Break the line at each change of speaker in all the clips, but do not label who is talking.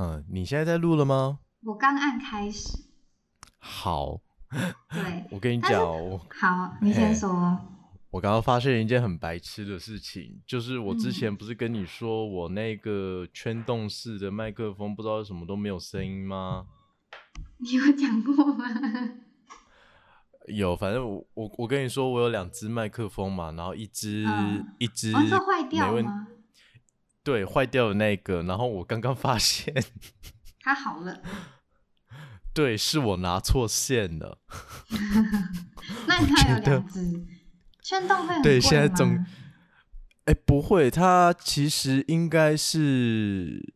嗯，你现在在录了吗？
我刚按开始，
好，
对，
我跟你
但是
讲，我
好，你先
嘿
说。
我刚刚发现一件很白痴的事情，就是我
嗯
之前不是跟你说我那个圈动式的麦克风不知道为什么都没有声音吗？
你有讲过吗？
有，反正我我我跟你说，我有两只麦克风嘛，然后一只、
嗯
一只
哦，你说坏
没
掉
问
吗？
对坏掉的那个，然后我刚刚发现，
它好了，
对，是我拿错线了。
那你它有
觉得
两只，圈动会很
对
贵
现在
吗
总哎、不会，它其实应该是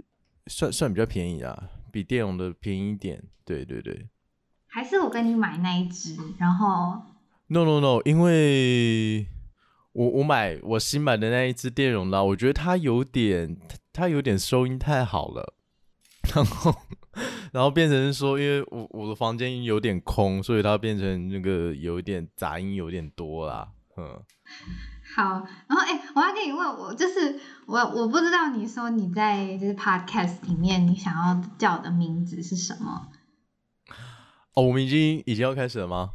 算算比较便宜啦，比电容的便宜一点。对对对
还是我跟你买那一只，然后
，no no no，因为我我买我新买的那一只电容啦，我觉得它有点它它有点收音太好了，然后然后变成是说，因为我我的房间有点空，所以它变成那个有一点杂音有点多啦，嗯。
好，然后哎、我要跟你问，我就是我我不知道你说你在就是 podcast 里面你想要叫的名字是什么？
哦，我们已经已经要开始了吗？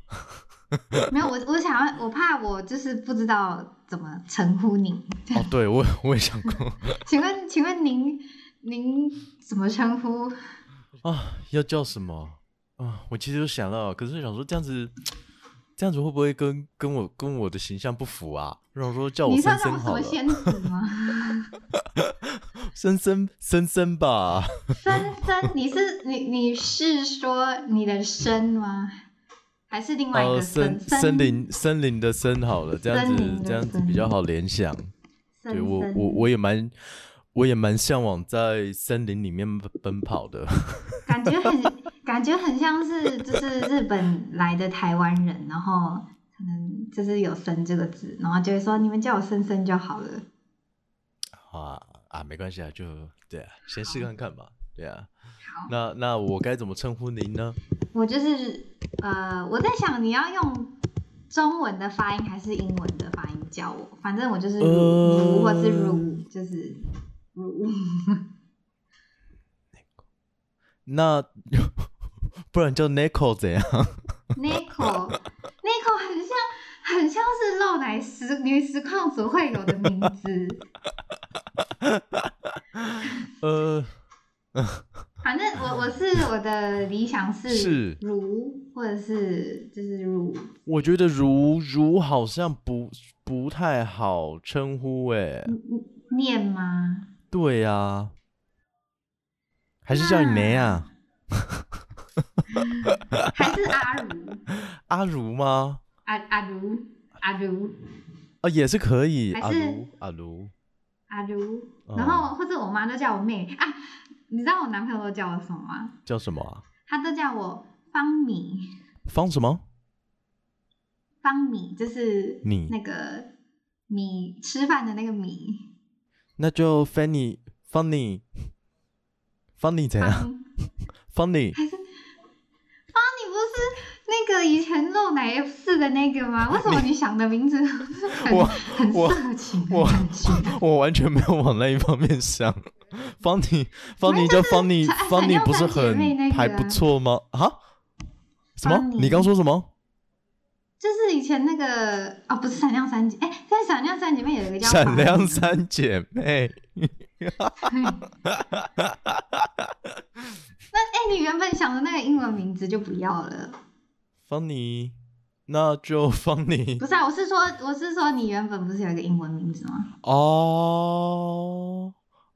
没有，我我想要，我怕我就是不知道怎么称呼您。
哦，对我我也想过，
请问，请问您您怎么称呼？
啊，要叫什么啊？我其实有想到，可是想说这样子，这样子会不会跟跟我跟我的形象不符啊？然后说叫我
你
森
算
森
是我什
好
么
了，
仙子 吗？
森森森森吧。
森森，你是你你是说你的森吗？还是另外一
呃，
个
森
Oh 森
森林森林的森好了，这样
森林
子
的
这样子
森
比较好联想。
森
对我
森
我我也蛮我也蛮向往在森林里面奔奔跑的。
感觉很感觉很像是就是日本来的台湾人，然后可能就是有“森”这个字，然后就会说你们叫我森森就好了。
啊啊，没关系啊，就对啊，先试
好
看看吧。对啊，
好，
那那我该怎么称呼您呢？
我就是呃，我在想你要用中文的发音还是英文的发音叫我，反正我就是如、如或是如，就是如。
那 不然叫 Nico 怎样？
Nico，Nico 很像很像是漏奶实女实况所会有的名字，
呃，
反正我我是我的理想
是
如或者是就是如
我觉得如如好像不不太好称呼诶、
嗯念吗？
对呀、啊，还是叫你梅啊？
还是阿如
阿如吗？
阿阿如阿如
啊，也是可以。
还
阿
是
如阿如，
阿如？
哦
然后或者我妈都叫我妹啊，你知道我男朋友都叫我什么吗？
叫什么啊？
他都叫我方米，
方什么？
方米就是
米
那个米吃饭的那个米。
那就 Fanny Funny
啊
Funny 怎样
方
？Funny
你不是那个以前漏奶 F 四的那个吗？为什么你想的名字都是
我
很很
我
色情的
我
感觉？
我完全没有往那一方面想。Funny Funny 叫 Funny
闪闪
Funny
耀
不是
三姐妹那
很
个
还不
啊
错吗？啊？什么？你
Funny
刚说什么？
就是以前那个哦，不是闪亮三姐，哎、现在闪亮三姐妹有一个叫
闪亮
方
三姐妹，
对 那哎、你原本想的那个英文名字就不要了，
方妮，那就 方妮
不是啊？我是说，我是说你原本不是有一个英文名字吗？
哦。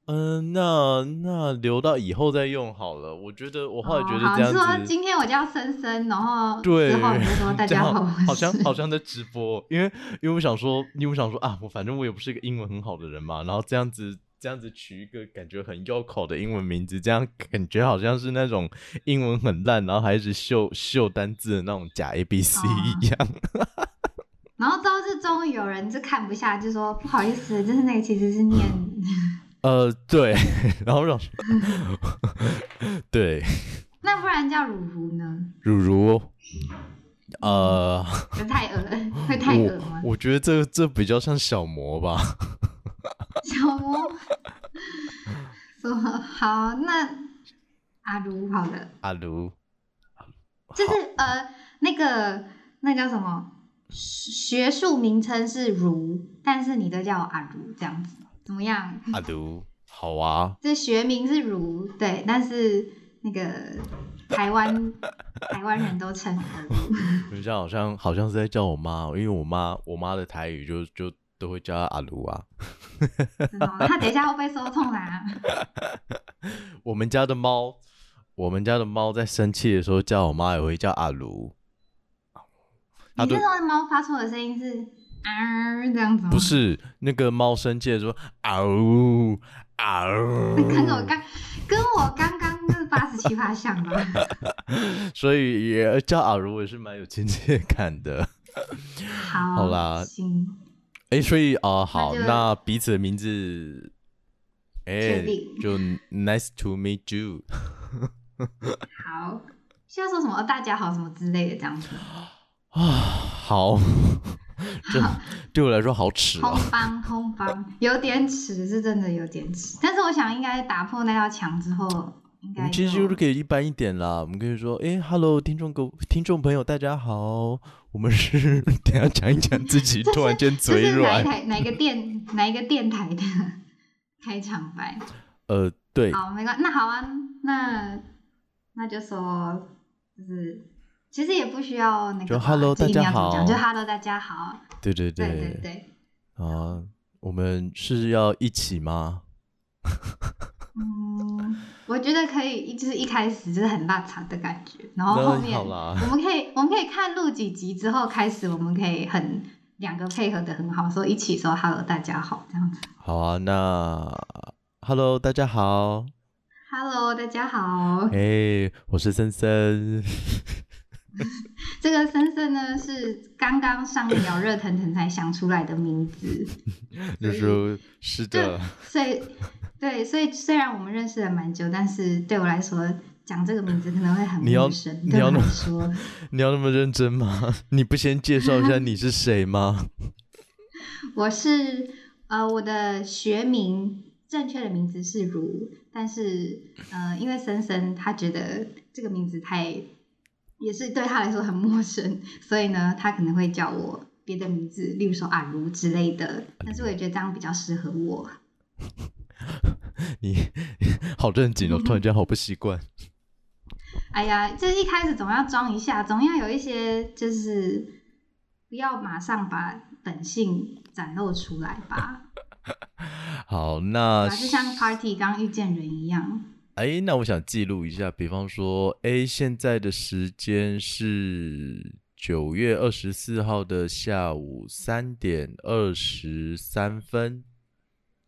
嗯，那那留到以后再用好了。我觉得我后来觉
哦
得
好，
这
你
样
说
子，
今天我叫森森，然后
对
之后你就说大
这
家
样
好，
好像
我是
好像在直播，因为因为我想说，因为我想说啊，我反正我也不是一个英文很好的人嘛，然后这样子这样子取一个感觉很绕口的英文名字，这样感觉好像是那种英文很烂，然后还一直秀秀单字的那种假 A B
哦
C 一样。
然后之后就终于有人就看不下，就说不好意思，就是那个其实是念，
呃，对， 然后让，对，
那不然叫乳乳呢？
如如，呃，
就太恶，会 太恶吗
我？我觉得这这比较像小魔吧，
小魔，说好，那阿如好了，
阿卢，
就是呃那个那叫什么学术名称是如，但是你都叫我阿如这样子，怎么样？
阿卢，好啊，
这学名是如，对，但是那个台湾台湾人都称阿如，
人家好像好像是在叫我妈哦，因为我妈我妈的台语就就都会叫她阿卢啊。
真的哦他等一下会被说啊痛啦、
我们家的猫，我们家的猫在生气的时候叫我妈也会叫阿卢，
你
啊
那
对
时候猫发出的声音是啊这样子吗？
不是那个猫生气的说嗷呜嗷
那
呜，
跟我刚跟我刚刚那八十七趴像吧？
所以也叫阿卢也是蛮有亲切感的。
好，
好啦
行，
哎，所以啊、呃好，
就
那彼此的名字，哎
确定，
就 Nice to meet you。
好，现在说什么、哦大家好什么之类的这样子，
啊，好，这对我来说好耻
轰
哦。
方轰方，有点迟，是真的有点迟，但是我想应该打破那道墙之后，应
我
该
们其实 就是可以一般一点啦，我们可以说，哎，Hello，听众各听众朋友，大家好，我们是等一下讲一讲自己，突然间
就
嘴
是哪一
软。
台哪一个电哪一个电台的开场白。
呃，对，
好，没关那好啊，那那就说就是。其实也不需要那个吧，
就 “Hello，
一定要怎么
大
讲
家好
就 Hello，大家好，
对对
对对对，
啊，我们是要一起吗？
嗯，我觉得可以，就是一开始就是很辣茶的感觉，然后
那
后面
好啦
我们可以我们可以看录几集之后开始，我们可以很两个配合的很好，说一起说 “hello 大家好”这样子
好啊，那 Hello，大家好，
，“hello 大家好
哎、我是森森，”。
这个森森呢是刚刚上一秒热腾腾才想出来的名字，
就说是的，
所以对，所以虽然我们认识了蛮久，但是对我来说讲这个名字可能会很
你要
陌生，
你
对
要
我来
那
说。
你要那么认真吗？你不先介绍一下你是谁吗？
我是呃，我的学名正确的名字是如，但是呃，因为森森他觉得这个名字太也是对他来说很陌生，所以呢，他可能会叫我别的名字，例如说啊如之类的。但是我也觉得这样比较适合我。
你 好正经哦，突然间好不习惯。
哎呀，就是一开始总要装一下，总要有一些就是不要马上把本性展露出来吧，
好，那
还是像 Party 刚遇见人一样。
哎，那我想记录一下，比方说，哎，现在的时间是九月二十四号的下午三点二十三分。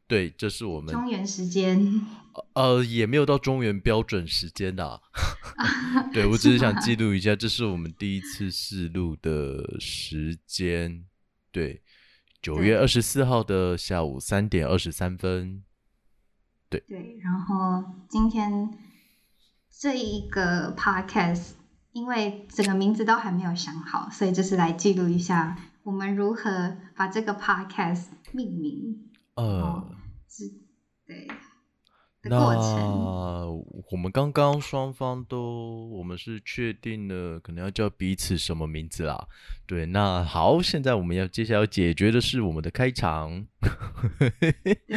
对，这是我们
中原时间。
呃也没有到中原标准时间的、 对我只是想记录一下，这是我们第一次试录的时间。对，九月二十四号的下午三点二十三分。
对，然后今天这一个 podcast，因为整个名字都还没有想好，所以就是来记录一下我们如何把这个 podcast 命名，
呃，
哦是，对的
那
过程。
我们刚刚双方都，我们是确定了，可能要叫彼此什么名字啦。对，那好，现在我们要接下来要解决的是我们的开场，
对，
我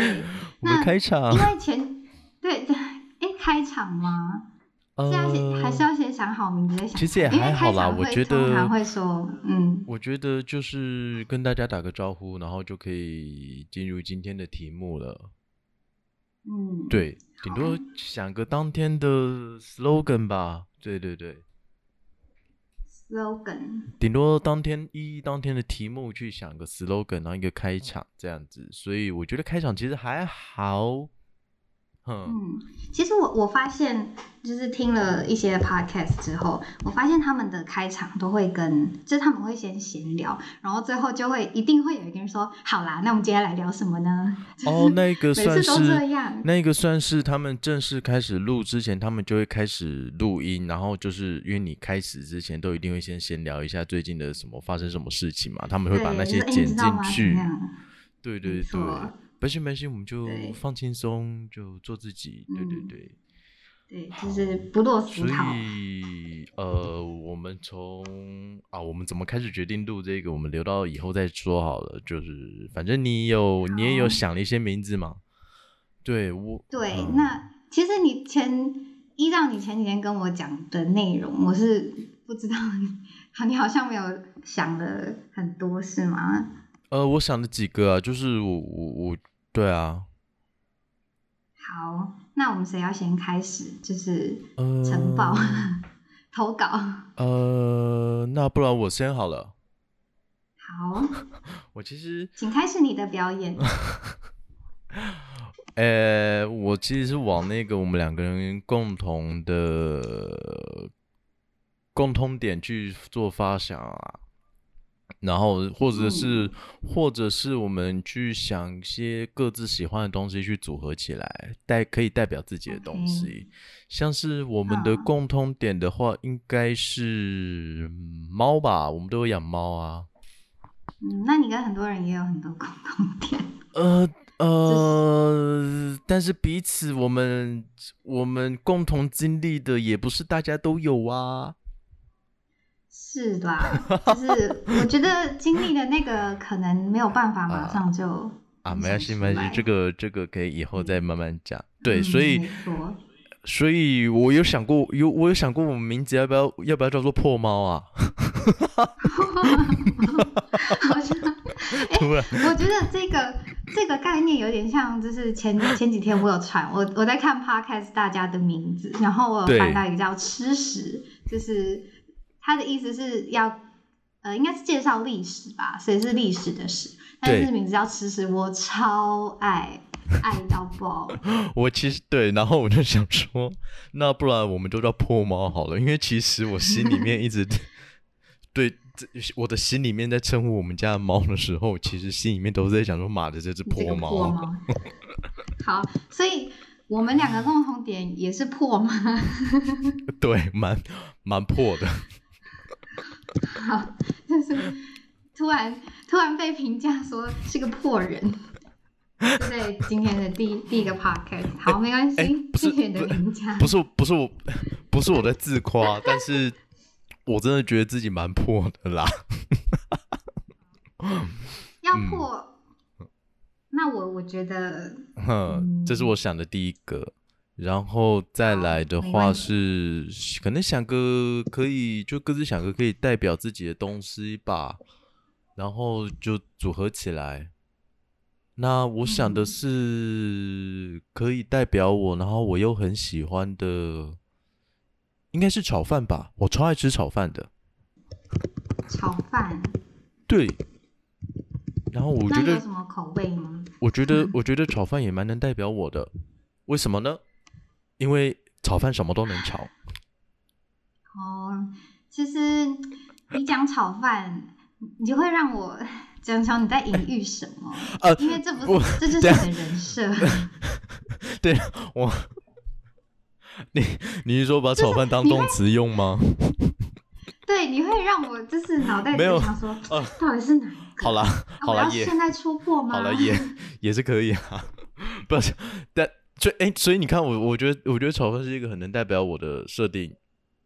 们
那
的开
因
场，
为前对 对，哎，开场吗？是要先、还是
呃，
要先想好名字再想开？
其实也还好啦
因为
我觉
开场会通常
得
会说，嗯，
我觉得就是跟大家打个招呼，然后就可以进入今天的题目了。
嗯，，
对，顶多
好
想个当天的 slogan 吧。对对对。
slogan，
顶多当天依当天的题目去想个 slogan，然后一个开场这样子，所以我觉得开场其实还好。哼，
嗯，其实我我发现，就是听了一些 podcast 之后，我发现他们的开场都会跟，就是他们会先闲聊，然后最后就会一定会有一个人说：“好啦，那我们接下来聊什么呢
哦，那个
每
算
次都这
是
样
那个算是他们正式开始录之前，他们就会开始录音，然后就是因为你开始之前都一定会先闲聊一下最近的什么发生什么事情嘛，他？”们
对，
会把那
就
些
是哎
剪
你知
进
道吗？怎
去
么。样？
对对对
错，
不行不行，我们就
对
放轻松，就做自己。对对
嗯
对，
对，就是不落
所
俗套。
以呃，我们从啊，我们怎么开始决定录这个，我们留到以后再说好了。就是反正你有你也有
好
想了一些名字嘛，对我
对，
嗯
那其实你前依照你前几天跟我讲的内容，我是不知道你，你好像没有想的很多是吗？
呃，我想了几个啊，就是我我我对啊，
好，那我们谁要先开始？就是
呃，
晨报、 投稿。
呃，那不然我先好了。
好，
我其实
请开始你的 表演。
呃，我其实是往那个我们两个人共同的共通点去做发想啊，然后或者是、或者是我们去想一些各自喜欢的东西去组合起来，代可以代表自己的东
OK
西。像是我们的
嗯
共通点的话，应该是嗯猫吧，我们都有养猫啊。
嗯，那你跟很多人也有很多共同点。
呃呃，但是彼此我们我们共同经历的也不是大家都有啊。
是啦，就是我觉得经历的那个可能没有办法马上就、
啊，
很
没
想
关系，
出
没关
来
系，这个这个可以以后再慢慢讲。 对，所
嗯
以
没错，
所以我有想过，有我有想过，我们名字要不要要不要叫做破猫啊？
好 像
突然，
我觉得这个这个概念有点像，就是前前几天我有传，我我在看 podcast 大家的名字，然后我
对
有翻到一个叫“吃史”，就是它的意思是要呃，应该是介绍历史吧，所以是历史的史，但
对
是名字叫“吃史”，我超爱爱到爆。
我其实对，然后我就想说，那不然我们就叫破猫好了，因为其实我心里面一直对这我的心里面在称呼我们家的猫的时候，其实心里面都是在想说，妈的这只
你这
破
个
猫，
破猫。好，所以我们两个共同点也是破吗？
对，蛮蛮破的。
好，就是突然突然被评价说是个破人，就在今天的第第一个 podcast。好，没关系，
哎不是
谢谢你的评价
不。是不是我不是我在自夸，但是我真的觉得自己蛮破的啦。
要破，
嗯
那我我觉得
哼，这是我想的第一个。然后再
嗯好
来的
没
话
问题
是，可能想个可以就各自想个可以代表自己的东西吧，然后就组合起来。那我想的
嗯
是可以代表我，然后我又很喜欢的，应该是炒饭吧，我超爱吃炒饭的。
炒饭，
对，然后我
那
觉
你有
得
什么口味吗？
我觉得，我觉得炒饭也蛮能代表我的。为什么呢？因为炒饭什么都能炒。
哦，其实你讲炒饭，你就会让我讲讲你在隐喻什么，
呃，
因为这不
我
是这就是
等下
你的人设。
对我，你你是说把炒饭当
你会
动词用吗？
对，你会让我就是脑袋
没有
里想说
呃，
到底是哪一个？
好 啦，
啊
好
我
啦
要
也
现在戳破吗？
好了，也也是可以啊。不是，但所以哎、所以你看我，我觉得我觉得炒饭是一个很能代表我的设定，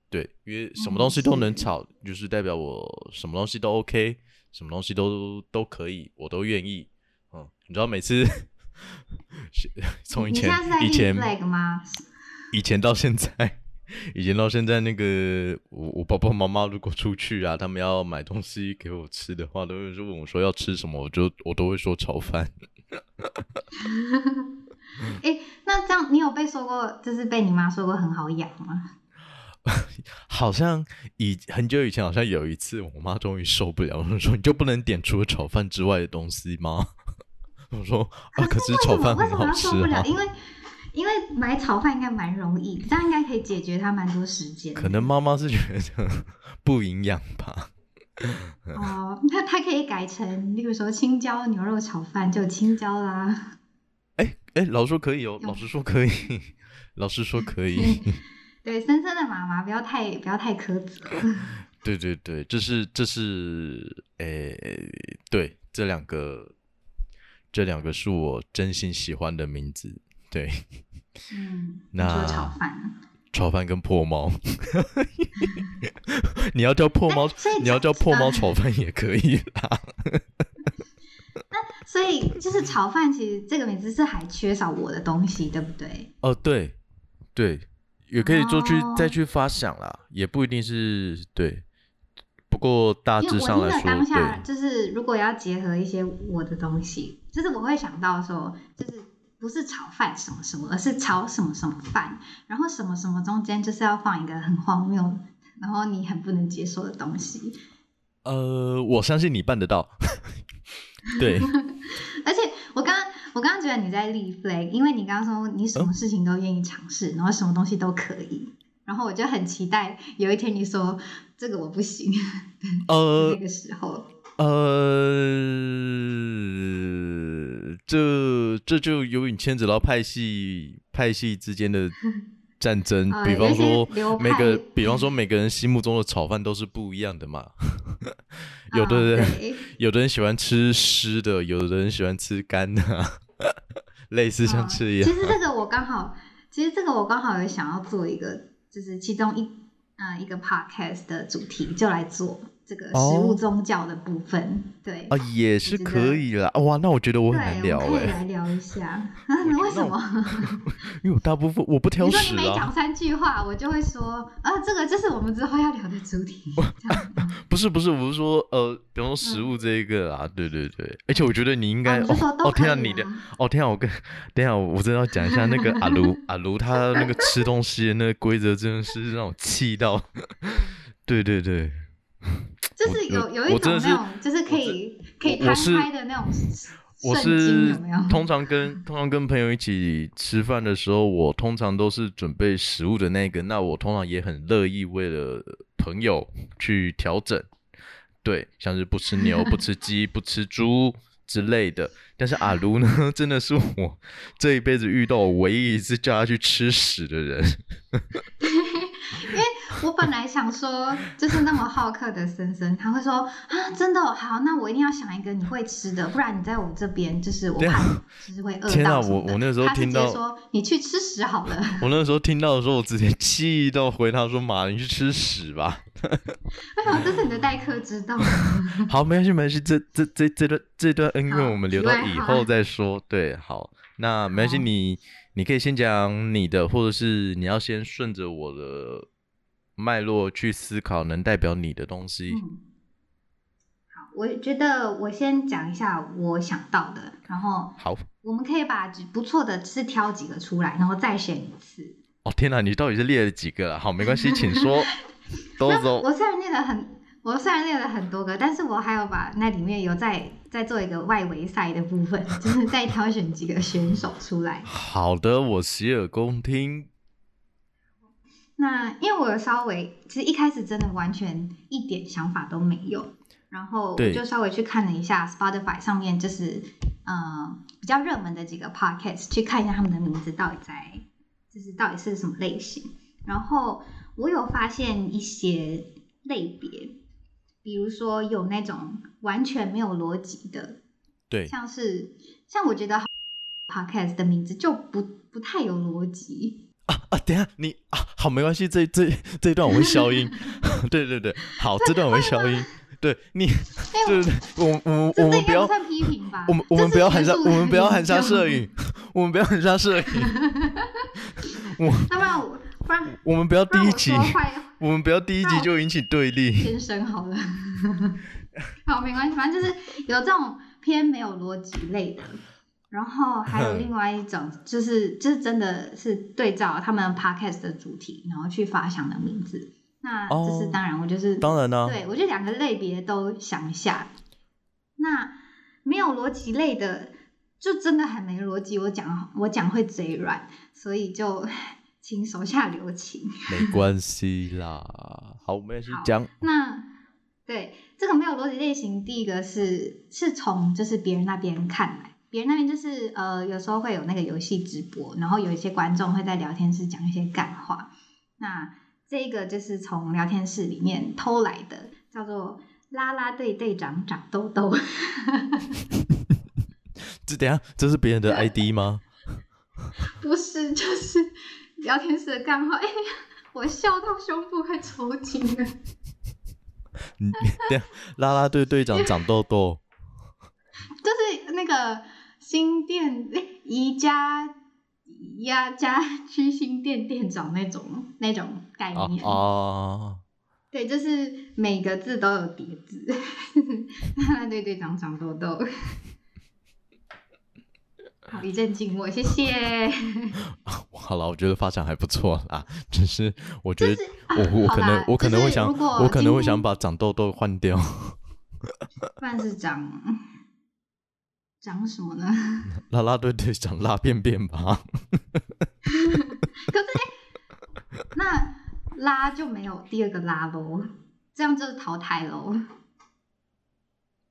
对，因为什么
嗯
东西都能
是
炒，就是代表我什么东西都 OK，什么东西都都可以，我都愿意。嗯，你知道每次 是从以
你
前
现在是在
以
立
前
flag 吗？
以前到现在， 以前到现在，那个我我爸爸妈妈如果出去啊，他们要买东西给我吃的话，都会是问我说要吃什么，我就我都会说炒饭。
哎，那这样你有被说过，就是被你妈说过很好养吗？
好像以很久以前，好像有一次，我妈终于受不了，我说：“你就不能点除了炒饭之外的东西吗？” 我说：“啊，可是
为
炒
什么
饭
为
很
什么
好
要
吃
受不
啊
了？。因为因为买炒饭应该蛮容易，这样应该可以解决她蛮多时间”的。
可能妈妈是觉得不营养吧。
哦，那她可以改成，例如说青椒牛肉炒饭就有青椒啦。
哎哎，老实说可以哦，
有
老实说可以，老实说可以。
对，深深的妈妈不要太不要太苛责。
对对对，这是这是诶，对，这两个这两个是我真心喜欢的名字。对，
嗯，
那
你说炒饭，啊
炒饭跟破猫。 你要叫破猫
哎所以，
你要叫破猫
呃
炒饭也可以啦。
所以就是炒饭，其实这个名字是还缺少我的东西，对不对？
哦，对对，也可以做去、
哦
再去发想啦，也不一定是对。不过大
因为
致
我
上
听
来
了
说，
当下，
对，
就是如果要结合一些我的东西，就是我会想到说，就是不是炒饭什么什么，而是炒什么什么饭，然后什么什么中间就是要放一个很荒谬，然后你很不能接受的东西。
呃，我相信你办得到。 对，
而且我刚刚我刚刚觉得你在立 flag，因为你刚刚说你
嗯
什么事情都愿意尝试，然后什么东西都可以，然后我就很期待有一天你说这个我不行，
呃
那，个时候，
呃，这这就有点牵扯到派系派系之间 的战争，
呃
比
有
方
一些
说
流
每个
派，嗯
比方说每个人心目中的炒饭都是不一样的
啊
嘛。有 的
嗯
人、
对
有的人喜欢吃湿的，有的人喜欢吃干的啊、类似像
嗯
吃一样
其。实这个我刚好，其实这个我刚好有想要做一个，就是其中一呃一个 podcast 的主题，就来做这个食物
哦
宗教的部分。对，
啊，也是
觉得
可以啦。哇，那我觉得我很难
对，
聊
我们可以
哎、
来聊一 下。
觉得
为什
那我
么？
因为我大部分我不挑
你说你
食
每
啊
讲，三句话，我就会说，啊，这个就是我们之后要聊的主题。啊这样子吗
不是不是，我是说呃，比方说食物这一个啊，对对对，而且我觉得你应
嗯啊
该、
你就说
哦
都
哦，天
可
啊，
以
你的
啊
哦天啊，我跟 等一下我真的要讲一下那 个阿卢阿卢他那个吃东西的那个规则真的是让我气到， 对对对，
就是
我
有有
我
一
真
种
的是
那种，就是可以可以
我
摊
是
开的那种
我
圣经，
是
有没有？
通常跟通常跟朋友一起吃饭的时候，我通常都是准备食物的那个，那我通常也很乐意为了朋友去调整，对，像是不吃 牛、不吃鸡、不吃猪之类的。但是阿卢呢， 真的是我这一辈子遇到我唯一一次叫他去吃屎的人。
我本来想说，就是那么好客的森森，他会说啊，真的哦好，那我一定要想一个你会吃的，不然你在我这边就是我
对啊
怕你就是会饿
天啊
到什么的
我我那时候
他直
听
接
到
说你去吃屎好了，
我那时候听到的时候，我直接气到回他说：“妈，你去吃屎吧。”
为什么这是你的待客之道？嗯
好，没关系，没关系，这这这这段这段恩怨
好
我们留
题
到
外
以
话
后再说。对，好，那没关系，
好
你你可以先讲你的，或者是你要先顺着我的脉络去思考，能代表你的东西。
嗯，好，我觉得我先讲一下我想到的，然后
好，
我们可以把不错的是挑几个出来，然后再选一次。
哦天哪，你到底是列了几个啊？好，没关系，请 说。都
那
走
我虽然列了很，我虽然列了很多个，但是我还有把那里面有再再做一个外围赛的部分，就是再挑选几个选手出来。
好的，我洗耳恭听。
那因为我有稍微，其实一开始真的完全一点想法都没有，然后我
对
就稍微去看了一下 Spotify 上面就是呃比较热门的几个 podcast，去看一下他们的名字到底在就是到底是什么类型。然后我有发现一些类别，比如说有那种完全没有逻辑的，
对，
像是像我觉得 podcast 的名字就不不太有逻辑，
啊，等一下你啊，好，没关系，这这这一段我会消 音。对对对，好，这段我会消音。对你，
因 为
对
我
对对，我我
这
我
这
们不
应该
要
不算批评吧？
我们我们
这是
不要含沙，
学术
我们不要含沙
研究
射影，我们不要含沙射 影，
那不然我不然
我们不要
不
第
然
一
我
集
说，坏
我们不要第一集就引起对 立。
先生好了。好，没关系，反正就是有这种偏没有逻辑类的。然后还有
嗯
另外一种，就是 就是真的是对照他们 podcast 的主题，然后去发想的名字。那
哦
就是当然，我就是
当然啦、
对，我就两个类别都想一下。那没有逻辑类的，就真的很没逻辑。我讲我讲会嘴软，所以就 请手下留情。
没关系啦。好，我们先讲
那对这个没有逻辑类型，第一个是是从就是别人那边看来，别人那边就是呃有时候会有那个游戏直播，然后有一些观众会在聊天室讲一些干话，那这个就是从聊天室里面偷来的，叫做啦啦队队长长痘 痘。
这，等一下这是别人的 ID 吗？
不是，就是聊天室的干话。哎、我笑到胸部快抽筋了。
你对啦啦队队长长痘痘，
就是那个新店诶宜家宜家家居新店店长那种那种概
哦
念。
哦，
对，就是每个字都有叠字， 啦啦队队长长痘痘。 好，一阵静默，谢谢。
好了，我觉得发展还不错啦， 只是我觉得
啊
我我
好
可
啦
能我可能会
就是
想
如果嗯
我可能会
今天
想把长痘痘换掉，
范市长长什么呢？
啦啦队队长拉便便吧，
那拉就没有第二个拉喽，这样就是淘汰喽。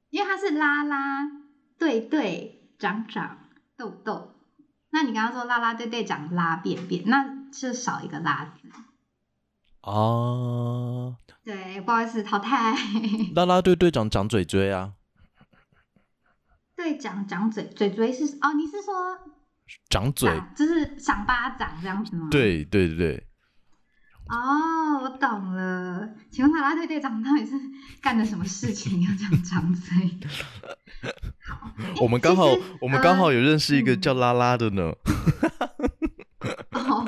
因为他是拉拉队队长长豆豆，那你刚刚说拉拉队队长拉便便，那就少一个拉字。
哦，
对，不好意思，淘汰。
啦啦队队长长嘴嘴啊，
队长长嘴嘴嘴是哦，你是说
长嘴，
赏就是赏巴掌这样子吗？。
对对对对，
哦，我懂了。请问啦啦队队长到底是干了什么事情要这样长嘴？
我们刚好
其实
我们刚
呃
好有认识一个
嗯
叫拉拉的呢，
哦，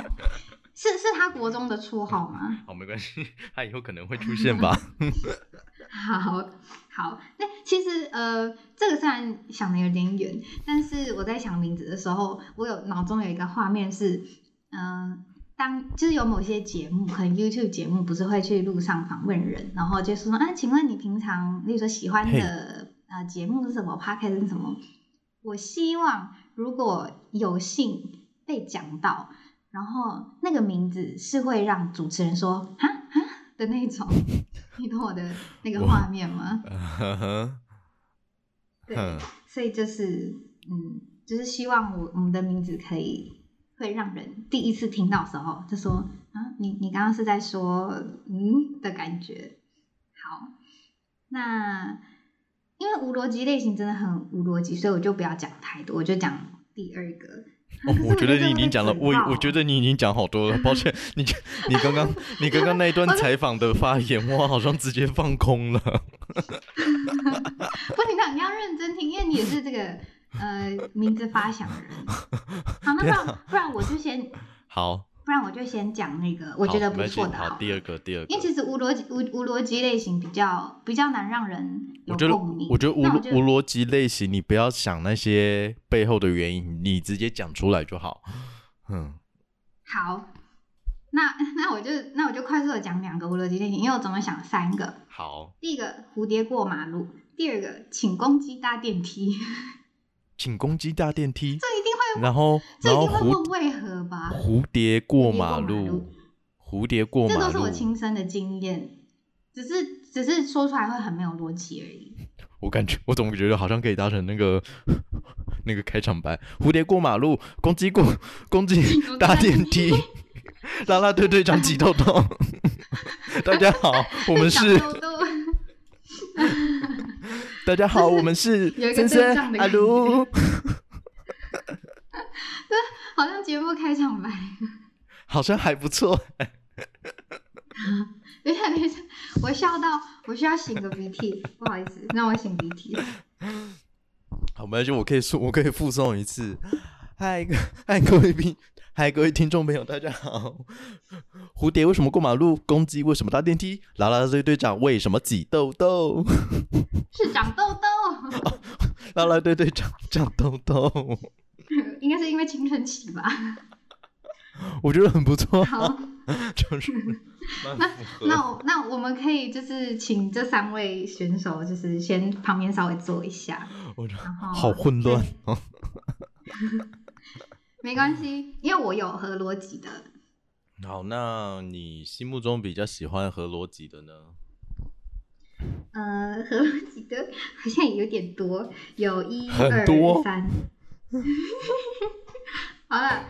是是他国中的绰号吗？
好没关系， 他以后可能会出现吧。
好好，那其实呃，这个虽然想的有点远，但是我在想名字的时候，我有脑中有一个画面是，嗯、当就是有某些节目，可能 YouTube 节目不是会去路上访问人，然后就说，啊，请问你平常，例如说喜欢
嘿
的呃节目是什么，Podcast 是什么？我希望如果有幸被讲到，然后那个名字是会让主持人说哈哈的那一种，你懂我 的那个
我
画面吗？
嗯
对，所以就是嗯，就是希望我我们的名字可以会让人第一次听到的时候就说啊，你你刚刚是在说嗯的感觉。好，那因为无逻辑类型真的很无逻辑，所以我就不要讲太多，我就讲第二个。
哦，我觉得你已经讲了，
我
我我觉得你已经讲好多
哦
了，抱歉，你你刚 刚你刚刚那一段采访的发言，我好像直接放空了。
不，你看你要认真听，因为你也是这个呃名字发想 的人。好，那不然不然我就先
好，
不然我就先讲那个我觉
好
得
没
不
关系
错的
好，
了
第二个，第二个
因为，其实无逻辑无无逻辑类型比较比较难让人有
我觉得
共鸣。
我觉得无
那我
无逻辑类型，你不要想那些背后的原因，你直接讲出来就好。嗯，
好，那那我就那我就快速的讲两个无逻辑类型，因为我总共想了三个。
好，
第一个蝴蝶过马路，第二个请公鸡搭电 梯，
请公鸡搭电梯，
这一定会
然后
这
然
一
后
定会问
蝴
为何吧？
蝴蝶过
蝴蝶过
马
马
路
路，
蝴蝶过
这
马
都是
路
我，亲身的经验，只是只是说出来会很没有逻辑而已。
我感觉，我怎么觉得好像可以搭成那个 那个开场白：蝴蝶过马路，公鸡过公鸡搭电梯， 啦啦队队长挤痘痘。 大家好， 我们是
长痘痘
大家 好，我们是
有一
森
个对
森
仗的
阿
感觉
卢。
好像节目开场白，
好像还不错，
等一下等一下，我笑到我需要擤个鼻涕，不好意思，让我擤鼻涕。
好，没关系，我可以说，我可以附送一次。嗨，各嗨各位宾，嗨各位听众朋友，大家好。蝴蝶为什么过马路？公鸡为什么搭电梯？啦啦队队长为什么挤痘痘？
是长痘痘，
啦啦队队长长痘痘。
应该是因为青春期吧。
我觉得很不错啊，
好，
就是 蛮符合。
那我那我们可以就是请这三位选手，就是先旁边稍微坐一下，
我觉得
然后
好混乱哦。
没关系，因为我有合逻辑的。
好，那你心目中比较喜欢合逻辑的呢？
呃，合逻辑的好像有点多，有一、
很
二、
多
三。 好了，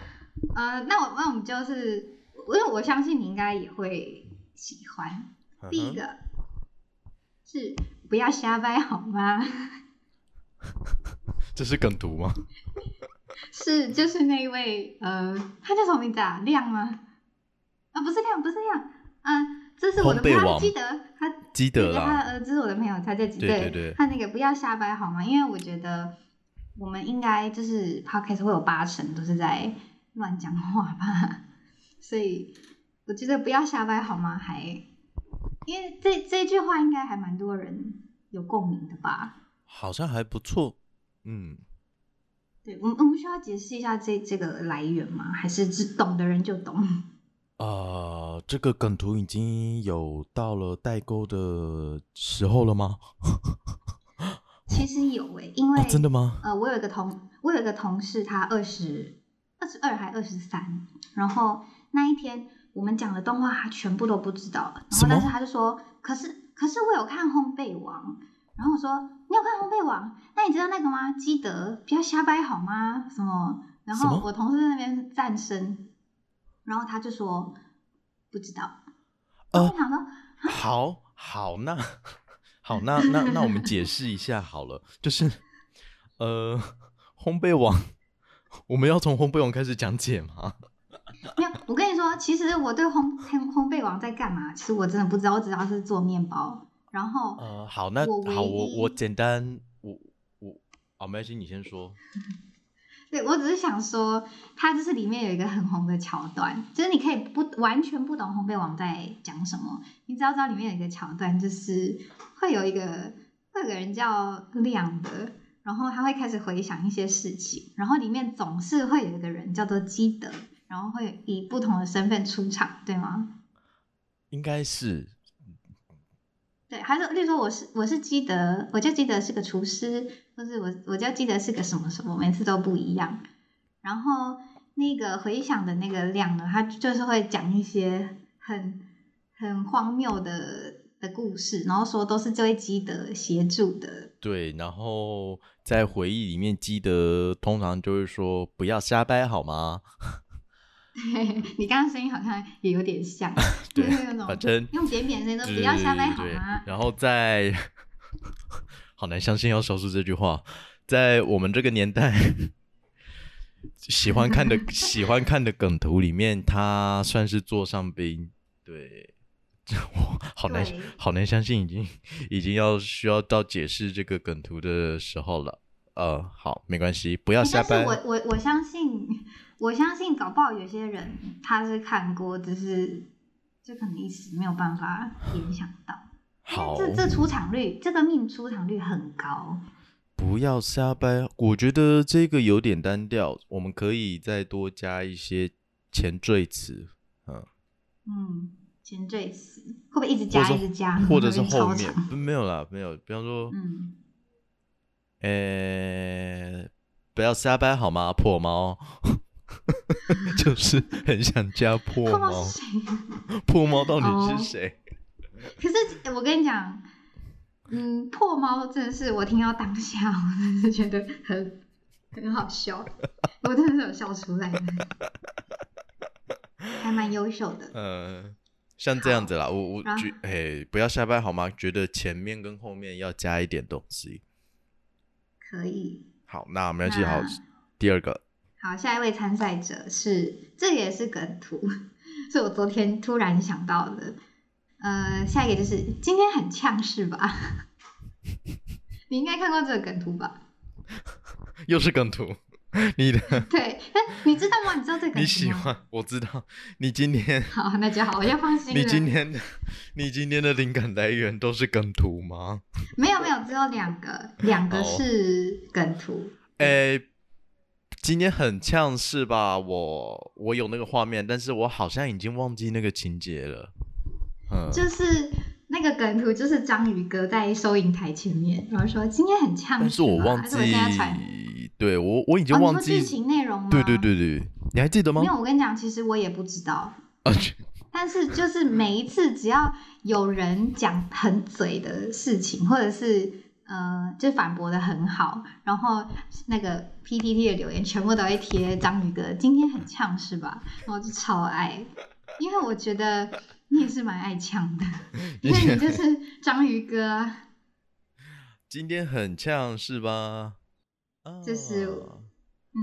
呃，那我那我们就是，因为我相信你应该也会喜欢。第
嗯
一
哼
个是不要瞎掰好吗？
这是梗图吗？
是就是那一位呃，他叫什么名字啊？亮吗？啊，不是那样，不是那样，嗯，这是我的
烘
朋
焙
友
王
基德，他
基
对
德
他
啦，
呃，这是我的朋友，他在几
对对对
他那个不要瞎掰好吗？因为我觉得我们应该就是 podcast 会有八成都是在乱讲话吧， 所以我觉得不要瞎掰好吗？还因为这这句话应该还蛮多人有共鸣的吧？
好像还不错。嗯，
对，我们我们需要解释一下这这个来源吗？还是只懂的人就懂？
啊，这个梗图已经有到了代沟的时候了吗？
其实有诶、因为、
啊，真的吗？
呃，我有一个同，我有一个同事，他二十二十二还二十三，然后那一天我们讲的动画他全部都不知道，然
什么
后但是他就说，可是可是我有看《烘焙王》，然后我说你有看《烘焙王》，那你知道那个吗？基德不要瞎掰好吗？什么？然
什
后
么
我同事在那边赞声，然后他就说不知道，然后
呃
我想说。
好好，那 好，那那那我们解释一下好了，就是 呃，烘焙王，我们要从烘焙王开始讲解吗？
没有，我跟你说，其实我对烘烘烘焙王在干嘛，其实我真的不知道，我只知道是做面包。然后
呃，好，那
哦我唯
好，我我
一
简单，我我啊，没关系，你先说。
对我只是想说，它就是里面有一个很红的桥段，就是你可以不完全不懂烘焙王在讲什么，你只要知道里面有一个桥段，就是会有一个会有个人叫亮的，然后他会开始回想一些事情，然后里面总是会有一个人叫做基德，然后会以不同的身份出场，对吗？
应该是
对，还是例如说我是我是基德，我就记得是个厨师，或是我我就记得是个什么什么，每次都不一样。然后那个回想的那个量呢，他就是会讲一些很很荒谬的的故事，然后说都是这位基德协助的。
对，然后在回忆里面，基德通常就会说“不要瞎掰，好吗，
你刚刚声音好像也有点像
对
就是那种
反正
用扁扁的声音？”
对
说
对
不要瞎掰
对
好啊
对
吗？
然后在 好难相信要说出这句话，在我们这个年代，喜欢看的喜欢看的梗图里面，他算是座上宾。对， 我好难
对
好难相信，已经已经要需要到解释这个梗图的时候了。呃，好，没关系，不要
欸
瞎掰。
但是我我我相信，我相信搞不好有些人他是看过，只是就可能一时没有办法联想到。
好，
这这出场率，这个命出场率很高。
不要瞎掰。我觉得这个有点单调，我们可以再多加一些前缀词，
嗯，前缀词会不会一直加
或
一
者
直加，
或者是
会不会
后
超
面
长
不没有啦，没有。比方说，
嗯，
呃、不要瞎掰好吗？破猫， 就是很想加破
后面
猫。
是谁？
破猫到底
哦
是谁？
可是欸我跟你讲，嗯，破猫真的是我听到当下，我真的是觉得很很好 笑，我真的是有笑出来的，还蛮优秀的。
呃，像这样子啦，我我
然
觉，哎、不要瞎掰好吗？觉得前面跟后面要加一点东西。
可以，
好，那没关系，好
那，
第二个，
好，下一位参赛者是，这个也是梗图， 是我昨天突然想到的。呃，下一个就是今天很呛是吧？ 你应该看过这个梗图 吧？
又是梗图， 你的。
对，但你知道吗？你知道这个梗 图吗？
你喜欢，我知道。你今 天，
好，那就好，我要放心了。
你今天的，你今天的灵感来源都是梗图 吗？
没有没有，只有两个，两个
哦
是梗图。
诶、今天很呛是吧？我我有那个画面，但是我好像已经忘记那个情节了。嗯，
就是那个梗图，就是章鱼哥在收银台前面，然后说今天很呛，
但是我
吧
忘
啊还
记
是我现在传，哦，
对我我已
你
经
说
忘记、
剧情内容吗？
对对对对，你还记得吗
没？有，我跟你讲，其实我也不知道，
啊，去
但是就是每一次只要有人讲很嘴的事情，或者是呃，就反驳的很好，然后那个 PTT 的留言全部都会贴章鱼哥今天很呛是吧？然后我就超爱，因为我觉得你也是蛮爱呛的，因为你就是章鱼哥啊。
今天很呛是吧？啊
就是嗯，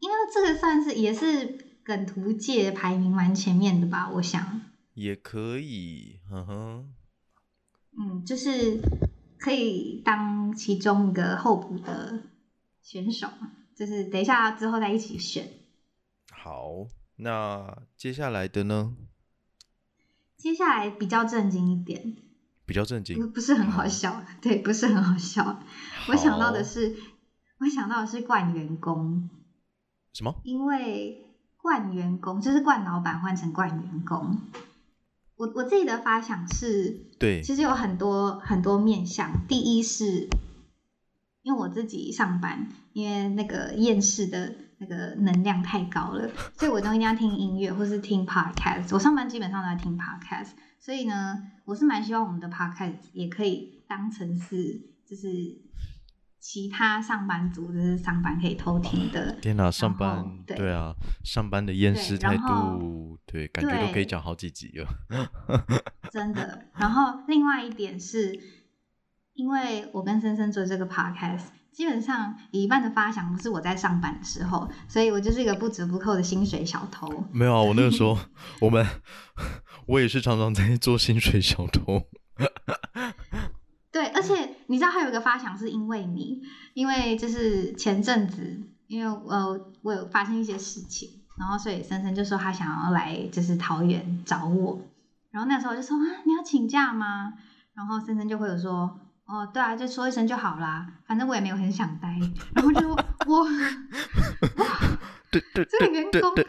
因为这个算是也是梗图界排名蛮前面的吧，我想。
也可以，嗯哼，
嗯，就是可以当其中一个候补的选手，就是等一下之后再一起选。
好，那接下来的呢，
接下来比较正经一点，
比较正经
不，不是很好笑，啊对，不是很好笑。嗯啊我想到的
好
是，我想到的是冠员工，
什么？
因为冠员工就是冠老板换成冠员工。我我自己的发想是，
对，
其实有很多很多面向。第一是，因为我自己上班，因为那个厌世的那个能量太高了， 所以我都一定要听音乐或是听 podcast。我上班基本上都在听 podcast，所以呢，我是蛮希望我们的 podcast 也可以当成是就是其他上班族就是上班可以偷听的。
天哪，上
后
班
对
啊，上班的厌
对
世
然
态
后
度，对，感觉都可以
对
讲好几集了。
真的。然后另外一点是，因为我跟森森做这个 podcast，基本上有一半的发想不是我在上班的时候，所以我就是一个不折不扣的薪水小偷。
没有啊，我那个时 候，我们我也是常常在做薪水小偷。
对，而且你知道还有一个发想是因为你，因为就是前阵子，因为呃我有发生一些事情，然后所以森森就说他想要来就是桃园找我，然后那时候我就说啊你要请假吗？然后森森就会有说哦对啊就说一声就好啦，反正我也没有很想待，然后就说我
对对
这个员
对
工
对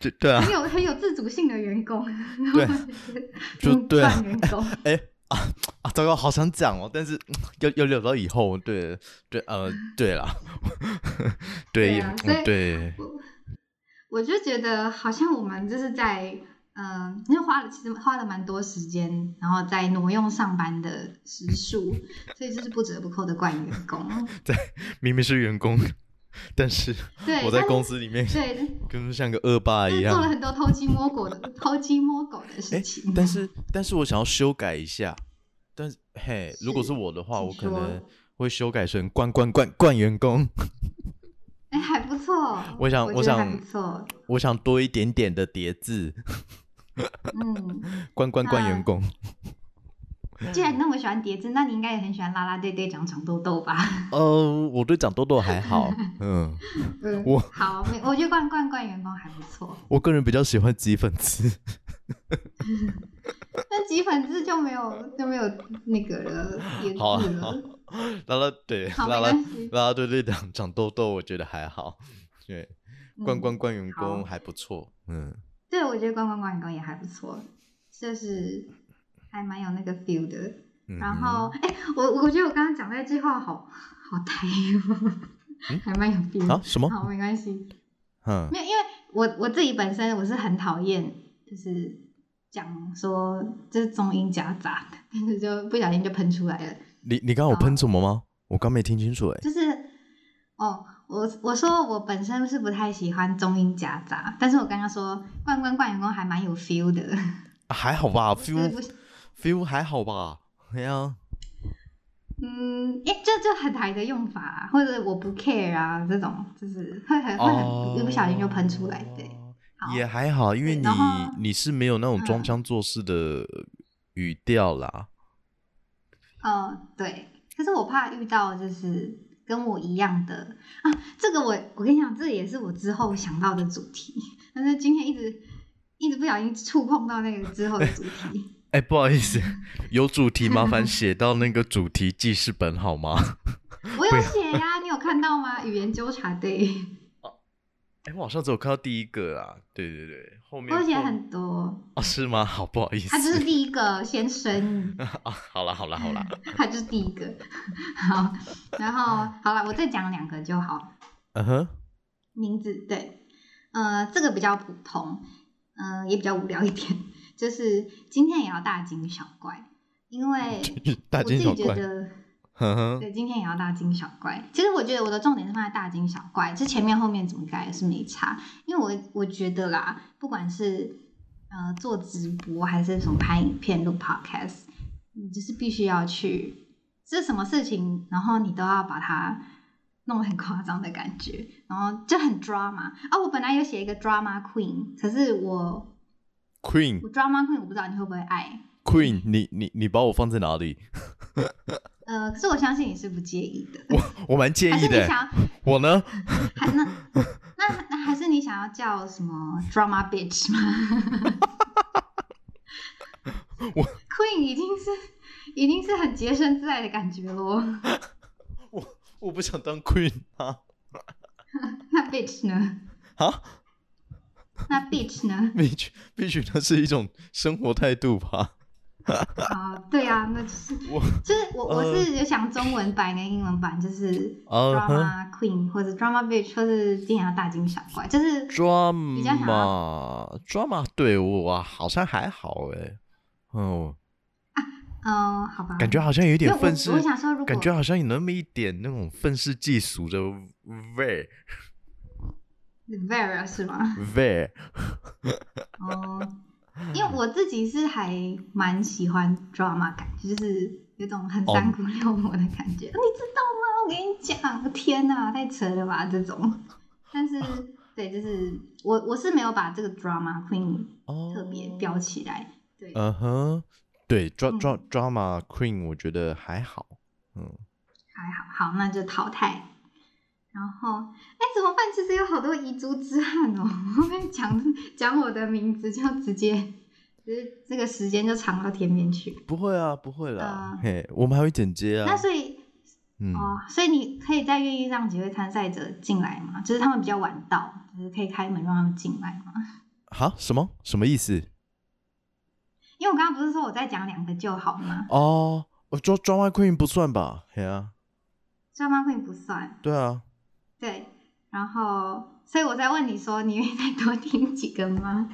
对对啊
很，有很有自主性的员工，然后
对就
嗯
对啊
算员工。
哎啊啊，糟糕，好想讲哦，但是要要留到以后。对对呃，对 啦，对嗯
对啊所以
对
我就觉得好像我们就是在，嗯、因为花了其实花了蛮多时间，然后在挪用上班的时数，所以就是不折不扣的怪员工。
明明是员工，但是
对，
我在
但是
公司里面
对，
跟像个恶霸
但
一
是做了
样。
很多偷鸡摸狗的偷鸡摸狗的事
哎
情。，
但是但是我想要修改一下，但是嘿，如果
是
是我的话，
请
我可
说
能会修改成冠冠冠冠员工。
哎、还不错，
我想
我
我
觉得
想
还不错，
我想多一点点的叠字，
嗯，
关关关员
那
工。
既然你那么喜欢叠字，那你应该也很喜欢啦啦队队长长痘痘吧？
呃，我对长痘痘还 好，嗯，
嗯，
我
好，没我觉得冠冠冠员工还不错，
我个人比较喜欢挤粉刺。
但挤粉字就没有就没有那个了，叠字
好啊
了。
好啊啦啦队，
嗯 好
啦
没
啦
关系
啦啦队队长长痘痘，我觉得还好。对，关
嗯
关关员
好
工还不错，嗯，
对，我觉得关关关员工也还不错，就是还蛮有那个 feel 的。
嗯
然
哼
后，哎、我我觉得我刚刚讲那句话好 好台哦， 还蛮有 feel 的。
啊什么？
好，没关系，
嗯
没有，因为我我自己本身我是很讨厌，就是讲说就是中英夹杂的，但是就不小心就喷出来了，
你你刚刚有喷什么吗？我刚没听清楚哎、
就是哦。我我说我本身是不太喜欢中英夹杂，但是我刚刚说冠冠冠员工还蛮有 feel 的，
啊还好吧
就是不
，feel feel 还好吧，哎呀，
嗯，诶，这就很台的用法、啊，或者我不 care 啊，这种就是会很会很、一不小心就喷出来，对，
哦
好
也还好，因为
对
你
然后
你是没有那种装
嗯
腔作势的语调啦，
嗯，对。可是我怕遇到就是跟我一样的啊，这个我我跟你讲，这也是我之后想到的主题，但是今天一直一直不小心触碰到那个之后的主题，
哎、不好意 思，有主题麻烦写到那个主题记事本好吗？
我有写呀、你有看到吗？语言纠察队，
哎、我好像只有看到第一个啊，对对对，后面
我有写
后
很多，
啊是吗？ 好，不好意思，
他就是第一个先生。
啊，好啦好啦好啦，
他就是第一个。 好，然后好了，我再讲两个就好。
嗯哼，
名字对，呃，这个比较普通，呃，也比较无聊一点。就是今天也要大惊小怪，因为
大
我自
惊
己
小
觉
怪，
得，
哼哼，
对，今天也要大惊小怪。其实我觉得我的重点是放在大惊小怪，这前面后面怎么改也是没差，因为我我觉得啦，不管是呃做直播还是什么拍影片、录 podcast，你就是必须要去，这什么事情，然后你都要把它弄得很夸张的感觉，然后就很 drama 啊。我本来有写一个 drama queen，可是我
Queen
我 drama queen 我不知道你会不会爱，
Queen，你你你把我放在哪里？
呃，可是我相信你是不介意的，
我我蛮介
还
意
是啊你
的。
想要
我呢，
还那那那还是你想要叫什么 drama bitch 吗？
我
queen 已经是已经是很洁身自爱的感觉咯，
我我不想当 Queen 啊
那 bitch 呢？
啊！
那 bitch 呢？
必须必须，那是一种生活态度吧？
啊，对啊，那就是
我
就是我我
呃
是有想中文版跟英文版，就是
嗯哼
drama queen 或者 drama bitch 或是经常大惊小怪，就是比较想
drama drama 对我好像还好哎、哦，
嗯、好吧，
感觉好像有
因为
点愤世
我我，想说，如果
感觉好像有那么一点那种愤世嫉俗的味
Vera 是吗？
味。
哦、 因为我自己是还蛮喜欢 drama 感觉，就是有种很三姑六婆的感觉。 你知道吗？我跟你讲，天哪，太扯了吧这 种。但是对，就是我我是没有把这个 drama queen
哦，
特别标起来。对，
嗯哼，对抓
嗯
抓 drama queen，我觉得还好。嗯，
还好，好，那就淘汰。然后，哎，怎么办？其实有好多遗珠之憾哦。后面讲讲我的名字，就直接，就是这个时间就长到天边去。
不会啊，不会啦
啊，
嘿，我们还会剪接啊
那。所以，
嗯，
哦，所以你可以再愿意让几位参赛者进来吗？就是他们比较晚到，就是可以开门让他们进来吗？
好，什么什么意思？
因为我刚刚不是说我再讲两个就好吗？
哦，哦抓 drama queen 不算吧？嘿啊，
双方会不算，
对啊，
对。然后，所以我在问你说，你愿意再多听几个吗？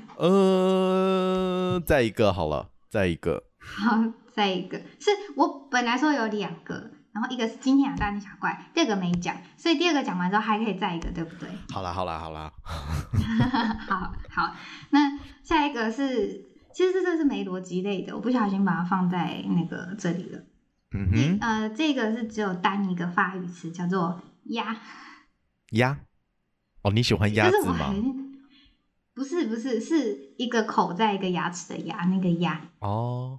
呃，再一个好了，再一个。
好，再一个是我本来说有两个，然后一个是今天养大惊小怪，第二个没讲，所以第二个讲完之后还可以再一个，对不 对？
好啦，好啦，好啦。
好好，那下一个是，其实这这是梅逻辑类的，我不小心把它放在那个这里了。
嗯哼，
呃，这个是只有单一个法语词，叫做鸭，
鸭。哦，你喜欢鸭
就是
子
我
吗？
很。不是不是，是一个口在一个牙齿的牙，那个牙。
哦，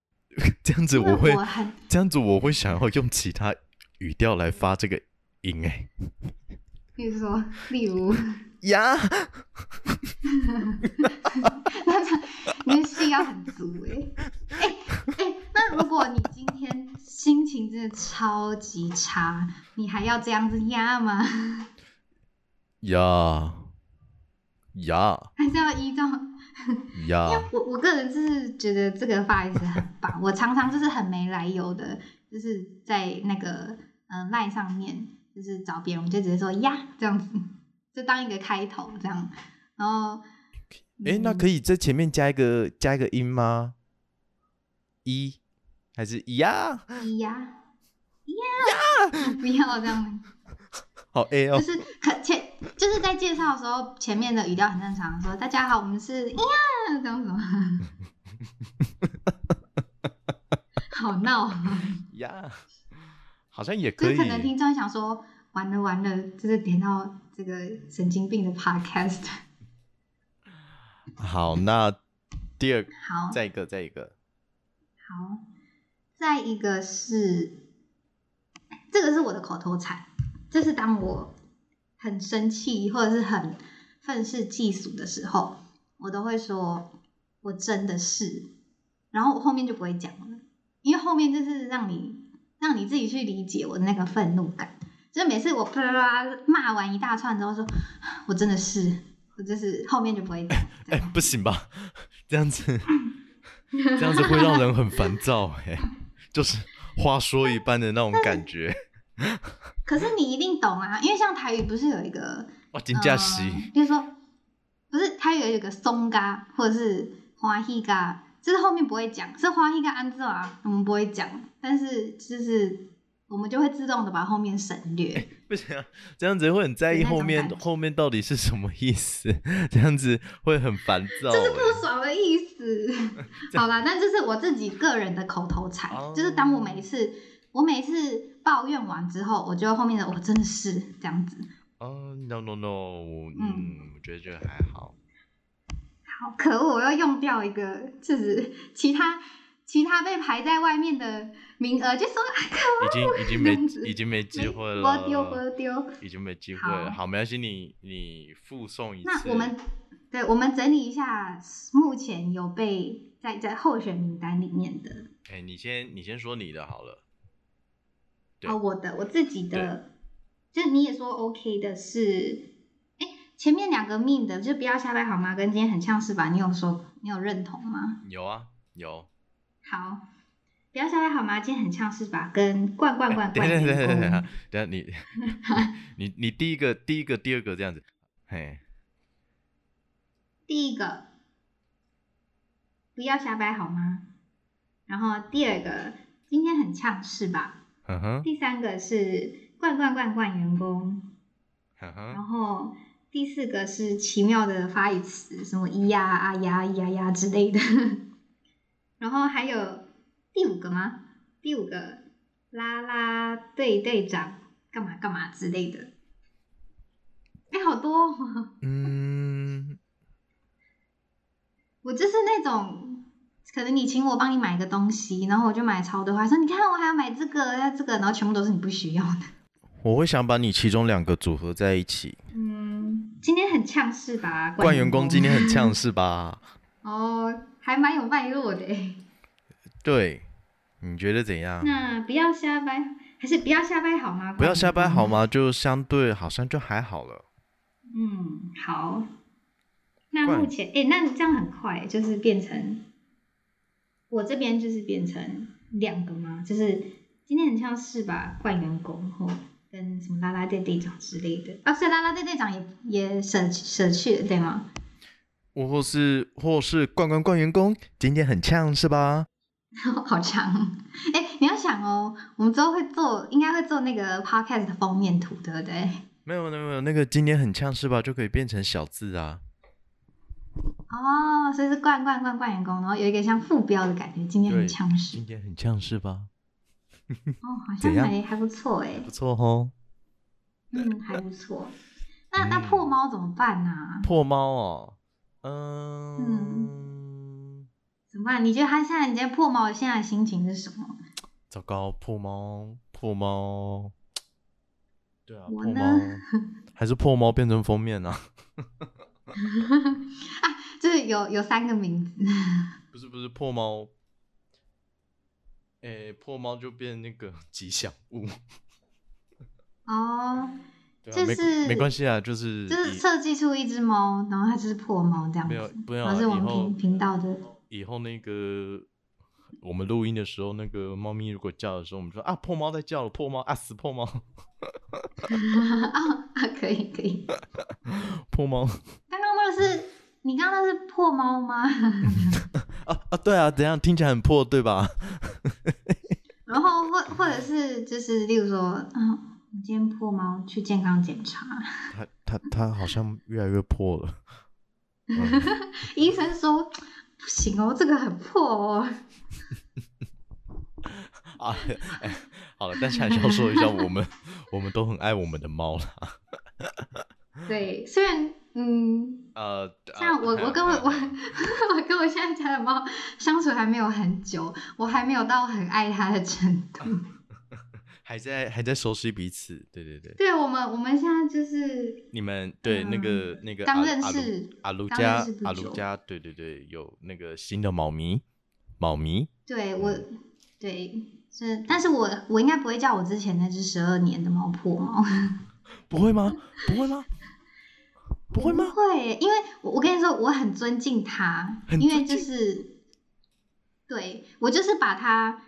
这样子
因为
我会，
我很
这样子我会想要用其他语调来发这个音哎、
例如说，例如，
呀，
你的戏要很足哎、欸。哎、欸那如果你今天心情真的超级差，你还要这样子压吗？
呀，呀，
还是要依照？因为
呀，
我我个人就是觉得这个发语词很棒，我常常就是很没来由的，就是在那个嗯 line 上面，就是找别人，我就直接说呀这样子，就当一个开头这样。然后，
哎、那可以在前面加一个加一个音吗？一还是呀？
以呀呀，不要这样。
好 A 哦
就，是可前就是在介绍的时候，前面的语调很正常，说大家好，我们是呀，这样子吗？ 好闹哦，
呀， 好像也
就
可
是
以
可。能听众想说，完了完了，就是点到这个神经病的 podcast。
好，那第二
好，
再一个再一个，
好，再一个是，这个是我的口头禅，这是当我很生气或者是很愤世嫉俗的时候，我都会说“我真的是”，然后我后面就不会讲了，因为后面就是让你让你自己去理解我的那个愤怒感。就是每次我啪啦啦啦骂完一大串之后说，我真的是，我就是后面就不会讲。这
哎、
样
不行吧？ 这样子，这样子会让人很烦躁哎、就是话说一半的那种感觉。
可是你一定懂啊，因为像台语不是有一个
哇，金假期
嗯就是说，不是它有一个松嘎或者是花喜嘎，就是后面不会讲，是花喜嘎安字啊，我们不会讲，但是就是我们就会自动的把后面省略。
不行啊，这样子会很在意
有那
后
种
面
感觉
后面到底是什么意思，这样子会很烦躁、
这是
欸。
不爽的意思。好啦，但这是我自己个人的口头禅
哦
就是当我每一次，我每一次抱怨完之后，我就后面的我真的是这样子，
哦 n o no no，我
嗯
嗯，我觉得这个还好。
好可恶，我又用掉一个，就是其他其他被排在外面的名额，就说啊可
已
恶，
经已经
这
没
样子
已经没机会了，
我丢我丢。
已经没机会了。
好
好，没关系，你你附送一次。
那我们对，我们整理一下目前有被在在候选名单里面的，
哎、你先你先说你的好了。对
哦，我的我自己的，就你也说 OK 的是，哎，前面两个命的就不要下班好吗？跟今天很像是吧？你有说你有认同吗？
有啊有，
好，不要下班好吗？今天很像是吧？跟罐罐罐
对
罐
对对对对，
哦
等一下你你你第一个第一个第二个这样子，嘿，
第一个不要瞎掰好吗？然后第二个今天很呛是吧？
哼哼
第三个是罐罐罐罐员工，
哼哼，
然后第四个是奇妙的发语词，什么咿呀啊呀咿呀呀之类的。 然后还有第五个吗？第五个啦啦队队长干嘛干嘛之类的。哎，好多、哦！
嗯，
我就是那种，可能你请我帮你买个东西，然后我就买超多，还说你看我还要买这个，要这个，然后全部都是你不需要的。
我会想把你其中两个组合在一起。
嗯，今天很呛是吧？
冠员工今天很呛是吧？
哦，还蛮有脉络的诶。
对，你觉得怎样？
那不要瞎掰，还是不要瞎掰好吗？
啊不要瞎掰好？吗？就相对好像就还好了。
嗯，好。那
冠
目前，哎、那你这样很快，就是变成我这边就是变成两个吗？就是今天很像是吧，怪员工或跟什么啦啦队队长之类的啊，所以啦啦队队长也也舍舍去了，对吗？
或或是或是冠冠冠员工今天很呛是吧？
好长，哎、你要想哦，我们之后会做，应该会做那个 podcast 的封面图，对不对？
没有没有没有，那个今天很呛是吧？就可以变成小字啊。
哦，所以是冠冠冠冠员工，然后有一个像副标的感觉，今天很
对
强势
今天很呛是吧？
哦，好像
怎样
还还不错哎，
不错哦。
嗯，还不错。那那
嗯
破猫怎么办呢、啊？
破猫哦，嗯，
怎么办？你觉得他现在你在破猫现在的心情是什么？
糟糕，破猫破猫，对啊，
我
破猫
呢
还是破猫变成封面啊？
就是有有三个名字，
不是不是破猫，诶、破猫就变那个吉祥物。
哦，
对啊，
就
没
是
没关系啊，就是
就是
以
设计出一只猫，然后它就是破猫这样
没有
子，
不要
然
啊，
后是我
以
们
后
频频道的。
以后那个我们录音的时候，那个猫咪如果叫的时候，我们说啊破猫在叫了，破猫啊死破猫
哦啊，可以可以。
破猫
刚刚那个是你刚刚那是破猫吗？
啊啊对啊，怎样听起来很破对吧？
然后或或者是就是，例如说，嗯，你今天破猫去健康检查，
他他他好像越来越破了。嗯
医生说不行哦，这个很破哦。
啊，哎，好了，但是还是要说一下，我们 我们都很爱我们的猫了。
对，虽然嗯，
呃，
像我我跟我我我 跟我现在家的猫相处还没有很久，我还没有到很爱它的程度。
还在还在熟悉彼此，对对对，
对我们我们现在就是
你们对那个那个阿
刚认
阿鲁
识
阿卢
刚
家
认识不
阿卢
久
家，对对对，有那个新的猫咪，猫咪，
对我对。是，但是我我应该不会叫我之前那只十二年的猫破猫，
不会吗？不会 吗？不会吗？
不会，因为我我跟你说，我很尊敬他，
很
因为
尊
就
敬
是，对我就是把他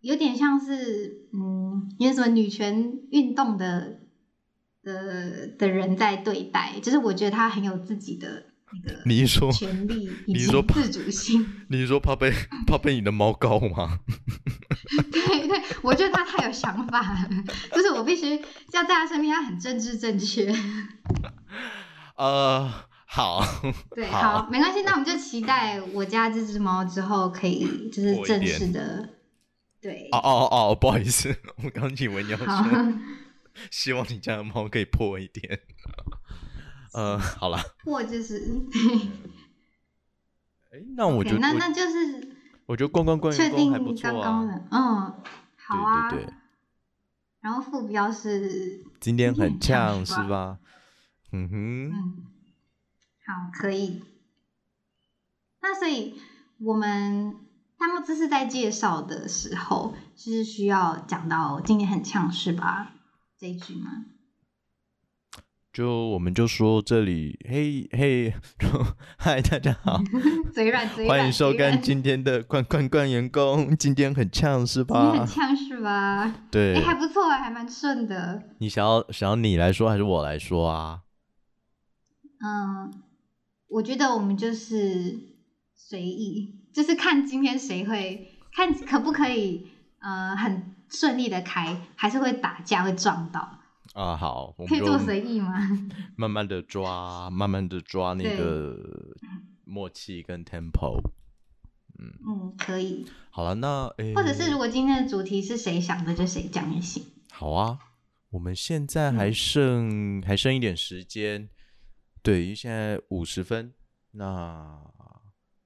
有点像是嗯，有什么女权运动的的的人在对待，就是我觉得他很有自己的那个
你是说
权利以
你
及
是说
自主性。
你是说怕被怕被你的猫告吗？
对对，我觉得他太有想法了，就是我必须要在他身边，他很政治正确。
呃，好，
对，
好
好，没关系，那我们就期待我家这只猫之后可以就是
过一
正
点
式的对，
哦哦哦哦，不好意思，我刚以为你要
好，
说，希望你家的猫可以破一点。呃，好了，
或就是，
哎，那我觉得
OK，那
我
那就是
我觉得逛逛关
确
员
定
宫还不错
刚刚
啊。
的，嗯，好啊。
对对对，
然后副标是，
今天很 呛
是
是
吧
吧？嗯哼，
嗯，好，可以。那所以我们他们这是在介绍的时候，就是需要讲到今年很呛是吧？这一句吗？
就我们就说这里，嘿嘿，就嗨大家好，
嗯 嘴软嘴软，
欢迎收
嘴软
看今天的逛逛逛员工，今天很呛是
今天很
吧？
呛是吧？嗯哎、
对，
还不错啊，还蛮顺的。
你想要想要你来说还是我来说啊？
嗯，我觉得我们就是随意，就是看今天谁会看可不可以，呃，很顺利的开，还是会打架会撞到，
啊，好，我
可
们就
以做随意吗？
慢慢的抓，慢慢的抓那
对
个默契跟 tempo。
嗯，可以。
好了，那诶，
或者是如果今天的主题是谁想的，就谁讲也行。
好啊，我们现在还
嗯
剩、还剩一点时间，对，因为现在五十分，那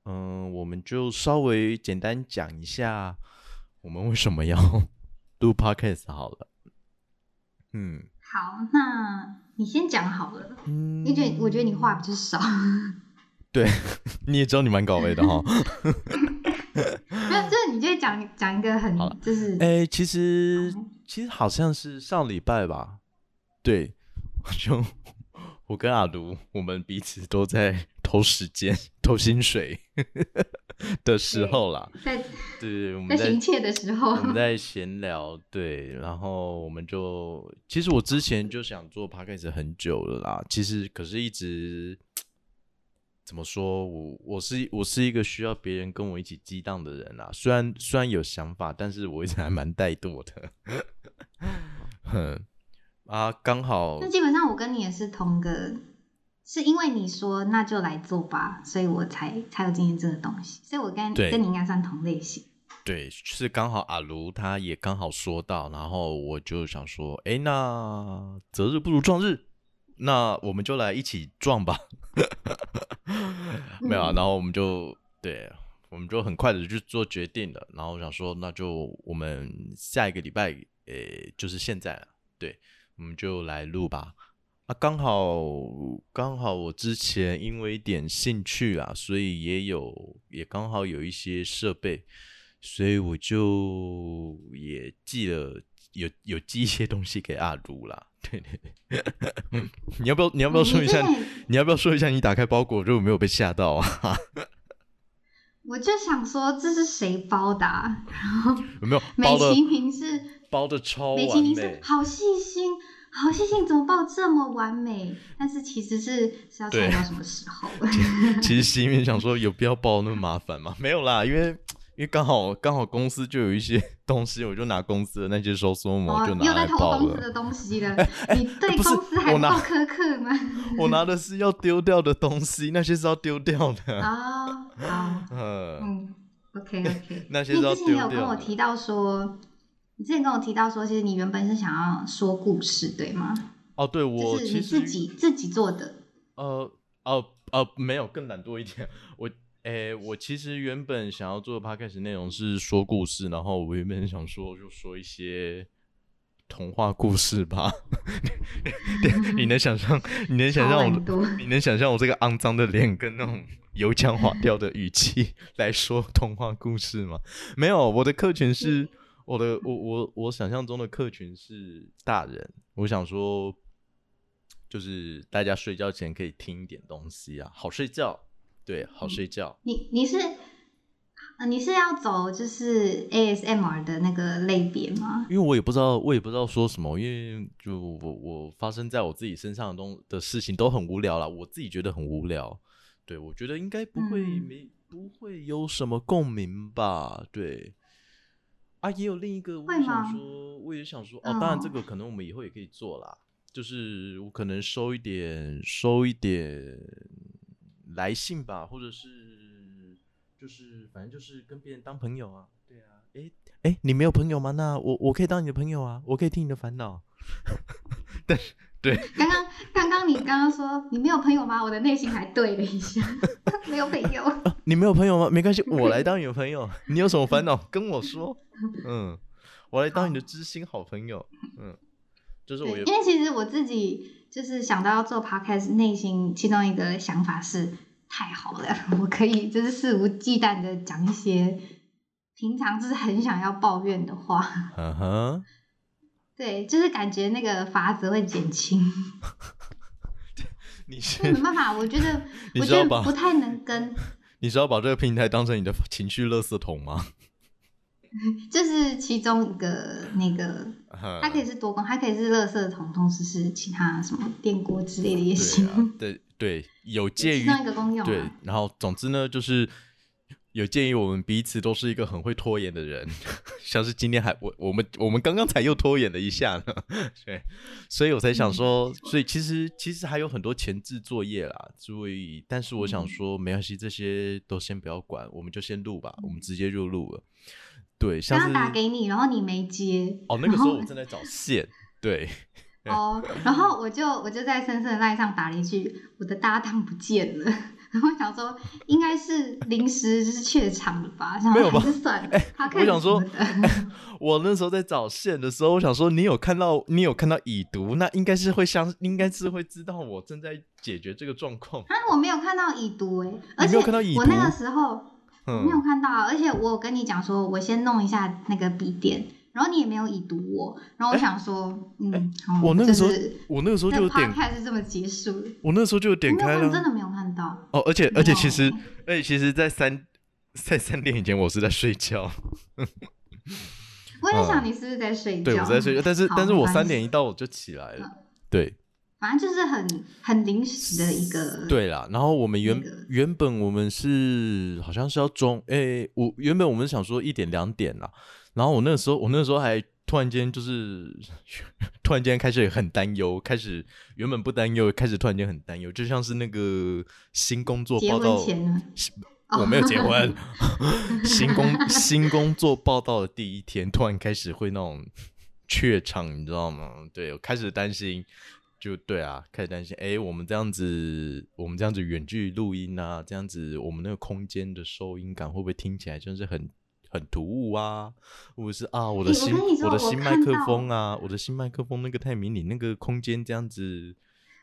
嗯，我们就稍微简单讲一下我们为什么要 录 podcast 好了。嗯
好，那你先讲好了，
嗯，
因为我觉得你话比较少，
对，你也知道你蛮搞味的哈。
没有，就是你就讲讲一个很
好了
就是哦
哎、其实
好
其实好像是上礼拜吧，对，我就我跟阿卢，我们彼此都在偷时间、 偷薪水的时候啦。
在
对，我们
在
在
行窃的时候
我，们在闲聊，对，然后我们就其实我之前就想做 p a c k a g e 很久了啦，其实可是一直怎么说，我我是我是一个需要别人跟我一起激荡的人啦，虽然虽然有想法，但是我一直还蛮怠惰的， 哼啊，刚好
那基本上我跟你也是同个，是因为你说那就来做吧，所以我才才有今天这个东西，所以我跟
对
跟你应该算同类型。
对，是刚好阿卢他也刚好说到，然后我就想说，哎，那择日不如撞日，那我们就来一起撞吧。 没有、啊，
嗯
然后我们就对，我们就很快的就做决定了。然后我想说，那就我们下一个礼拜，呃，就是现在了，对，我们就来录吧。啊，刚好刚好我之前因为一点兴趣啦，所以也有也刚好有一些设备，所以我就也寄了有有寄一些东西给阿如啦。对对对， 你要不要你要不要说一下？
你真的
你要不要说一下你打开包裹之后没有被吓到啊？
我就想说这是谁包的、啊？
有没有包
美
的
其名是
包的超
美
完
其名
美
是？好细心，好细心，怎么包这么完美？但是其实是是要
对
猜到什么时 候？
其实心里面想说有必要包那么麻烦吗？没有啦，因为因为刚好刚好公司就有一些东西，我就拿公司的那些收缩膜
哦
就，
又
拿
在
来
偷
包
公司
了。哎
的东 西了，你对
不是
公司还
我
不够
拿
苛 刻吗？
我拿的是要丢掉的东西，那些是要丢掉的。
哦，好。
嗯，
嗯，OK OK，
那些
你
是要
之前也有
丢
跟我
掉的
提到说，你之前跟我提到说，其实你原本是想要说故事，对吗？
哦，对
就
我
是你
其
自
实
己自己做的，
呃哦呃没有更懒惰一点，我。诶、我其实原本想要做的 podcast 内容是说故事，然后我原本想说就说一些童话故事吧。 对你能想象，你能想
超
象我
懒惰
的，你能想象我这个肮脏的脸跟那种油腔滑调的语气来说童话故事吗？没有，我的客群是我的，我我我想象中的客群是大人。我想说，就是大家睡觉前可以听一点东西啊，好睡觉，对，好睡觉。
你你是。呃你是要走就是 ASMR 的那个类别吗？
因为我也不知道，我也不知道说什么，因为就我我发生在我自己身上的东的事情都很无聊啦，我自己觉得很无聊。对，我觉得应该不会
嗯
没、不会有什么共鸣吧？对。啊，也有另一个，我
会
也
吗
想说，我也想说，哦，当然这
嗯
个可能我们以后也可以做啦，就是我可能收一点收一点来信吧，或者是就是反正就是跟别人当朋友啊，对啊，哎、你没有朋友吗？那我我可以当你的朋友啊，我可以听你的烦恼。
刚刚刚刚你刚刚说你没有朋友吗？我的内心还对了一下， 没有朋友。
你没有朋友吗？没关系，我来当你的朋友。 你有什么烦恼跟我说，嗯，我来当你的知心好朋友。嗯，就是我
对，
有
因为其实我自己就是想到要做 podcast，内心其中一个想法是太好了，我可以就是肆无忌惮的讲一些平常就是很想要抱怨的话，
嗯哼，
对，就是感觉那个筏子会 减轻。
你
但
是
没办法，我觉得
你
我
知道
觉
吧
得不太能跟，
你是要把这个平台当成你的情绪垃圾桶吗？
这是其中一个那个，
嗯
它可以是多功，它可以是垃圾桶，同时是其他什么电锅之类的也
对
行，
啊，对对，有介
其
于
中一个功用、啊。
对，然后总之呢，就是有鉴于我们彼此都是一个很会拖延的人， 像是今天还我我们我们刚刚才又拖延了一下呢， 对，所以我才想
嗯
说，所以其实其实还有很多前置作业啦，所以但是我想
嗯
说，没关系，这些都先不要管，我们就先录吧，我们直接就录了。对，像
刚刚
是
打给你，然后你没接，
哦，那个时候我正在找线，对，
哦，然后我就我就在深深的赖上打了一句，我的搭档不见了。 然后我想说，应该是临时就是怯场了吧？然
没有
后
吧哎
还是算了。他看
我想说
什么的啊
我那时候在找线的时候，我想说你有看到你有看到已读，那应该是会相，应该是会知道我正在解决这个状况。
啊，我没有看到已读哎、而
你
且
没有看到已
我那个
读
时候我没有
嗯，
看到啊，而且我有跟你讲说，我先弄一下那个笔电，然后你也没有已读我，然后我想说，嗯，好
哎我那个时候
就是、
我那个时候
那
就有点，
podcast 是这么结束的，
我那时候就有点
我没
开
有看，真
了。
的没有看到。
哦，而且而且
没有啊
其实，而且其实，在三在三点以前，我是在睡觉，
我也想
嗯
你是不是在睡觉？啊
对我在睡觉，但是
好嗯
但是
没
我
关
三
系
点一到我就起来了，对
反正就是很很临时的一个，
对啦。然后我们原
嗯那个
原本我们是好像是要中，诶，我原本我们想说一点两点啦，然后我那个时候，我那个时候还突然间就是 突然间开始很担忧，开始原本不担忧，开始突然间很担忧，就像是那个新工作
结
报
婚
道，
前呢，
我没有结婚，哦 新工新工作报道的第一天，突然开始会那种怯场，你知道吗？对，我开始担心。就对啊，开始担心，诶，我们这样子，我们这样子远距录音啊，这样子，我们那个空间的收音感会不会听起来真是很很突兀啊？或者是啊，我的
诶我
新、
跟你说
的
我
新麦
看
克
到
风啊，我的新麦克风那个太迷你，那个空间这样子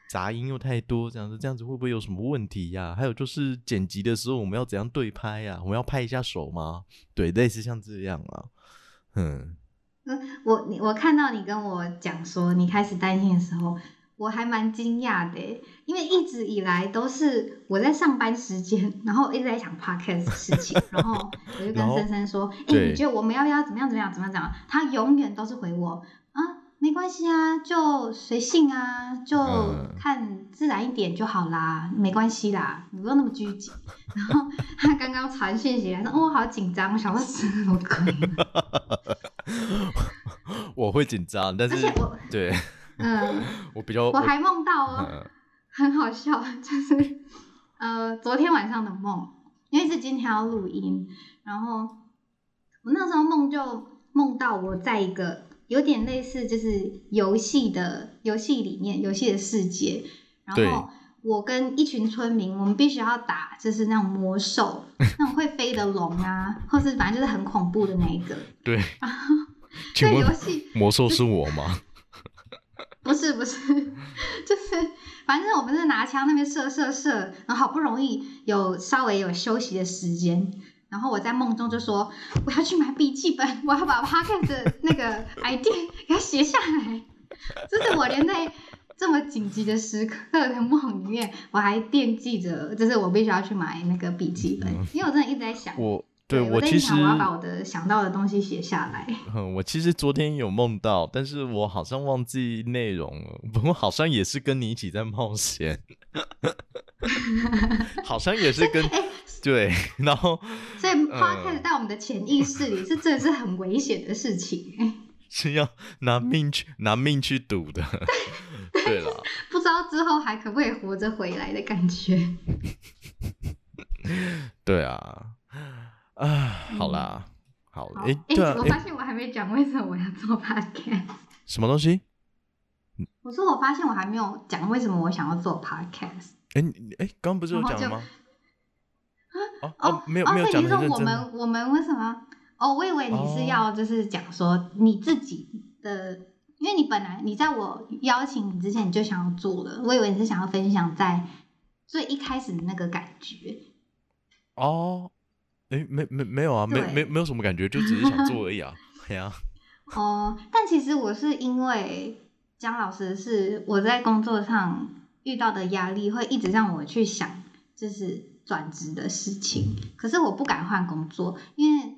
杂音又太多，这样子这样子会不会有什么问题呀、还有就是剪辑的时候我们要怎样对拍呀、我们要拍一下手吗？对，类似像这样啊，嗯，
我你我看到你跟我讲说你开始担心的时候，我还蛮惊讶的耶，因为一直以来都是我在上班时间，然后一直在想 podcast 的事情，然后我就
然
跟
后
森森说，哎、
对
你觉得我们要不要怎么样怎么样怎么样怎么样？他永远都是回我啊，没关系啊，就随性啊，就
嗯
看自然一点就好啦，没关系啦，你不用那么拘谨。然后他刚刚传讯息来说，哦，我好紧张，我想说什么鬼？
我会紧张，但
而
是
且我，
对
嗯。
我比较
我还梦到哦，
嗯
很好笑， 就是呃昨天晚上的梦，因为是今天要录音，然后我那时候梦就梦到我在一个有点类似就是游戏的游戏里面，游戏的世界，
对
然后我跟一群村民，我们必须要打就是那种魔兽，那种会飞的龙啊，或是反正就是很恐怖的那一个。
对， 请
这
问
游戏
魔兽是我吗？
不是 不是，就是反正我们是拿枪那边射射射，然后好不容易有稍微有休息的时间，然后我在梦中就说我要去买笔记本，我要把 podcast 的 那个 idea 给它写下来。这是我连在这么紧急的时刻的梦里面，我还惦记着，就是我必须要去买那个笔记本，因为我真的一直在想，
嗯我
对
我
在
其实
想我要把我的想到的东西写下来。
嗯，我其实昨天有梦到，但是我好像忘记内容了。不过好像也是跟你一起在冒 险， 好像也是跟对，然后
所以
嗯
podcast 在我们的潜意识 里是真的是很危险的事情，
是要拿命去拿命去赌的。 对了，
不知道之后还可不可以活着回来的 感觉。
对啊，啊，好啦，好，
嗯好
哎、
诶
对啊，
我
诶
发现我还没讲为什么我要做 podcast。
什么东西？
我说我发现我还没有讲为什么我想要做 podcast。
哎、你哎，刚、不是有
然后
讲了
就
吗？哦
哦
哦，没有、没有
所以
讲
你
的
说
认
我
真吗。
们我们为什么？哦，我以为你
哦
是要就是讲说你自己的，因为你本来你在我邀请你之前你就想要做了，我以为你是想要分享在最一开始的那个感觉。
哦，哎、没没没有啊，没没
对
没有什么感觉，就只是想做而已 啊。哎呀、
哦，但其实我是因为姜老师是我在工作上遇到的压力，会一直让我去想就是转职的事情，可是我不敢换工作，因为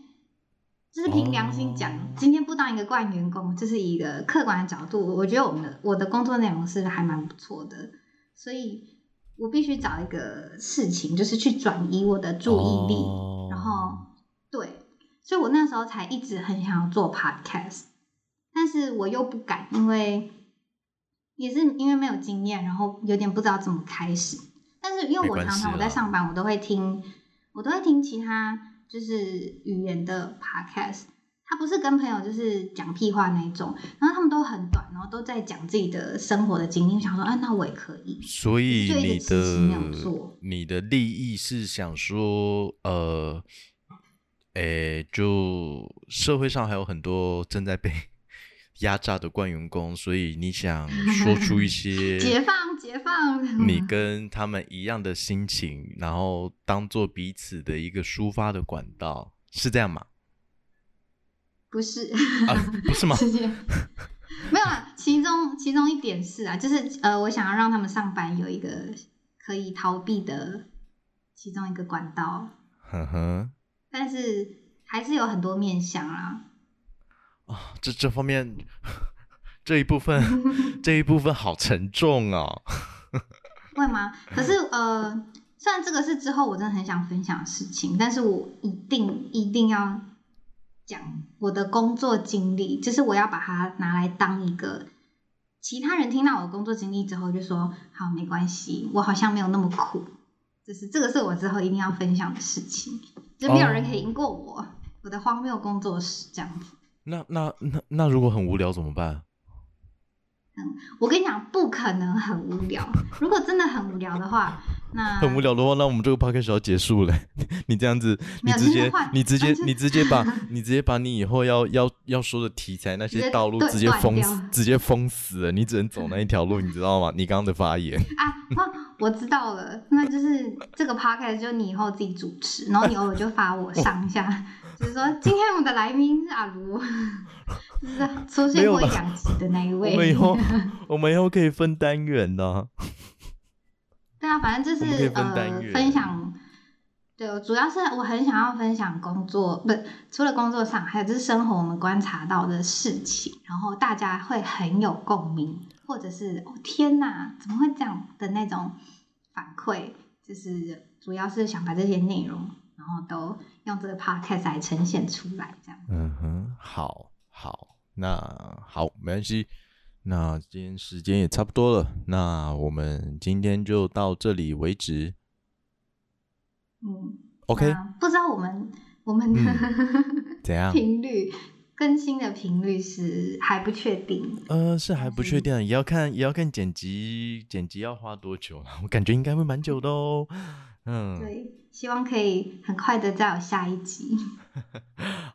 就是凭良心讲，
哦
今天不当一个惯员工，就是一个客观的角度，我觉得我们的我的工作内容是还蛮不错的，所以我必须找一个事情，就是去转移我的注意力，
哦
然后对，所以我那时候才一直很想要做 podcast，但是我又不敢，因为也是因为没有经验，然后有点不知道怎么开始。但是因为
没
我
关
常
系
常我在
啦
上班，我都会听，我都会听其他就是语言的 podcast，他不是跟朋友就是讲屁话那一种，然后他们都很短，然后都在讲自己的生活的经历，我想说啊，那我也可以。
所以
就一直
你
迟迟没有
的
做
你的利益是想说，呃，诶，就社会上还有很多正在被压榨的惯员工，所以你想说出一 些
解放，解放！
你跟他们一样的心情，然后当做彼此的一个抒发的管道，是这样 吗？
不是
啊，不是吗？
直接 没有啊，其中其中一点是啊，就是呃，我想要让他们上班有一个可以逃避的其中一个管道，
呵呵。
但是还是有很多面向啦。
啊，这这方面 这一部分 这一部分好沉重哦。
会吗？
嗯
可是呃，虽然这个是之后我真的很想分享的事情，但是我一定一定要讲我的工作经历，就是我要把它拿来当一个其他人听到我的工作经历之后就说好没关系，我好像没有那么苦，就是这个是我之后一定要分享的事情，就没有人可以赢过我。我的荒谬工作室 这样子，
那那那那如果很无聊怎么办？
我跟你讲，不可能很无聊。如果真的很无聊的话，那
很无聊的话，那我们这个 podcast 要结束了。 你这样子，你
没有
直
就是
接
换
你直接
换成
你直接把 你直接把你以后要要要说的题材那
直
些
接
道路
断
直接
断
封
掉
死直接封死了，你只能走那一条路，你知道吗？你刚刚的发 言，
啊，哦我知道了，那就是这个 podcast 就你以后自己主持，然后你偶尔就发我上一下，就是说今天我们的来宾是阿卢， 就是出
没
现
有
过一
啦
两集的那一
我
位。
们以后 我们以后可以分单元的啊、
对啊，反正就
我们可以
是
分单
呃
元
分享，对，我主要是我很想要分享工作，不除了工作上，还有就是生活我们观察到的事情，然后大家会很有共鸣，或者是哦天哪，怎么会这样的那种反馈，就是主要是想把这些内容，然后都用这个 podcast 来呈现出来，这样。
嗯哼，好，好，那好，没关系。那今天时间也差不多了，那我们今天就到这里为止。
嗯
OK，嗯
那不知道我们我们的、
怎样？
频率更新的频率是还不确定。
呃，是还不确定啊，也要看，也要看剪辑，剪辑要花多久啊？我感觉应该会蛮久的哦。嗯，
对，希望可以很快的再有下一集。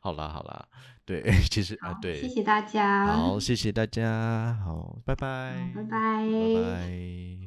好啦，好啦，对， 其实啊
好，，
对，
谢谢大家，
好，谢谢大家，好，拜拜，
拜拜
拜拜。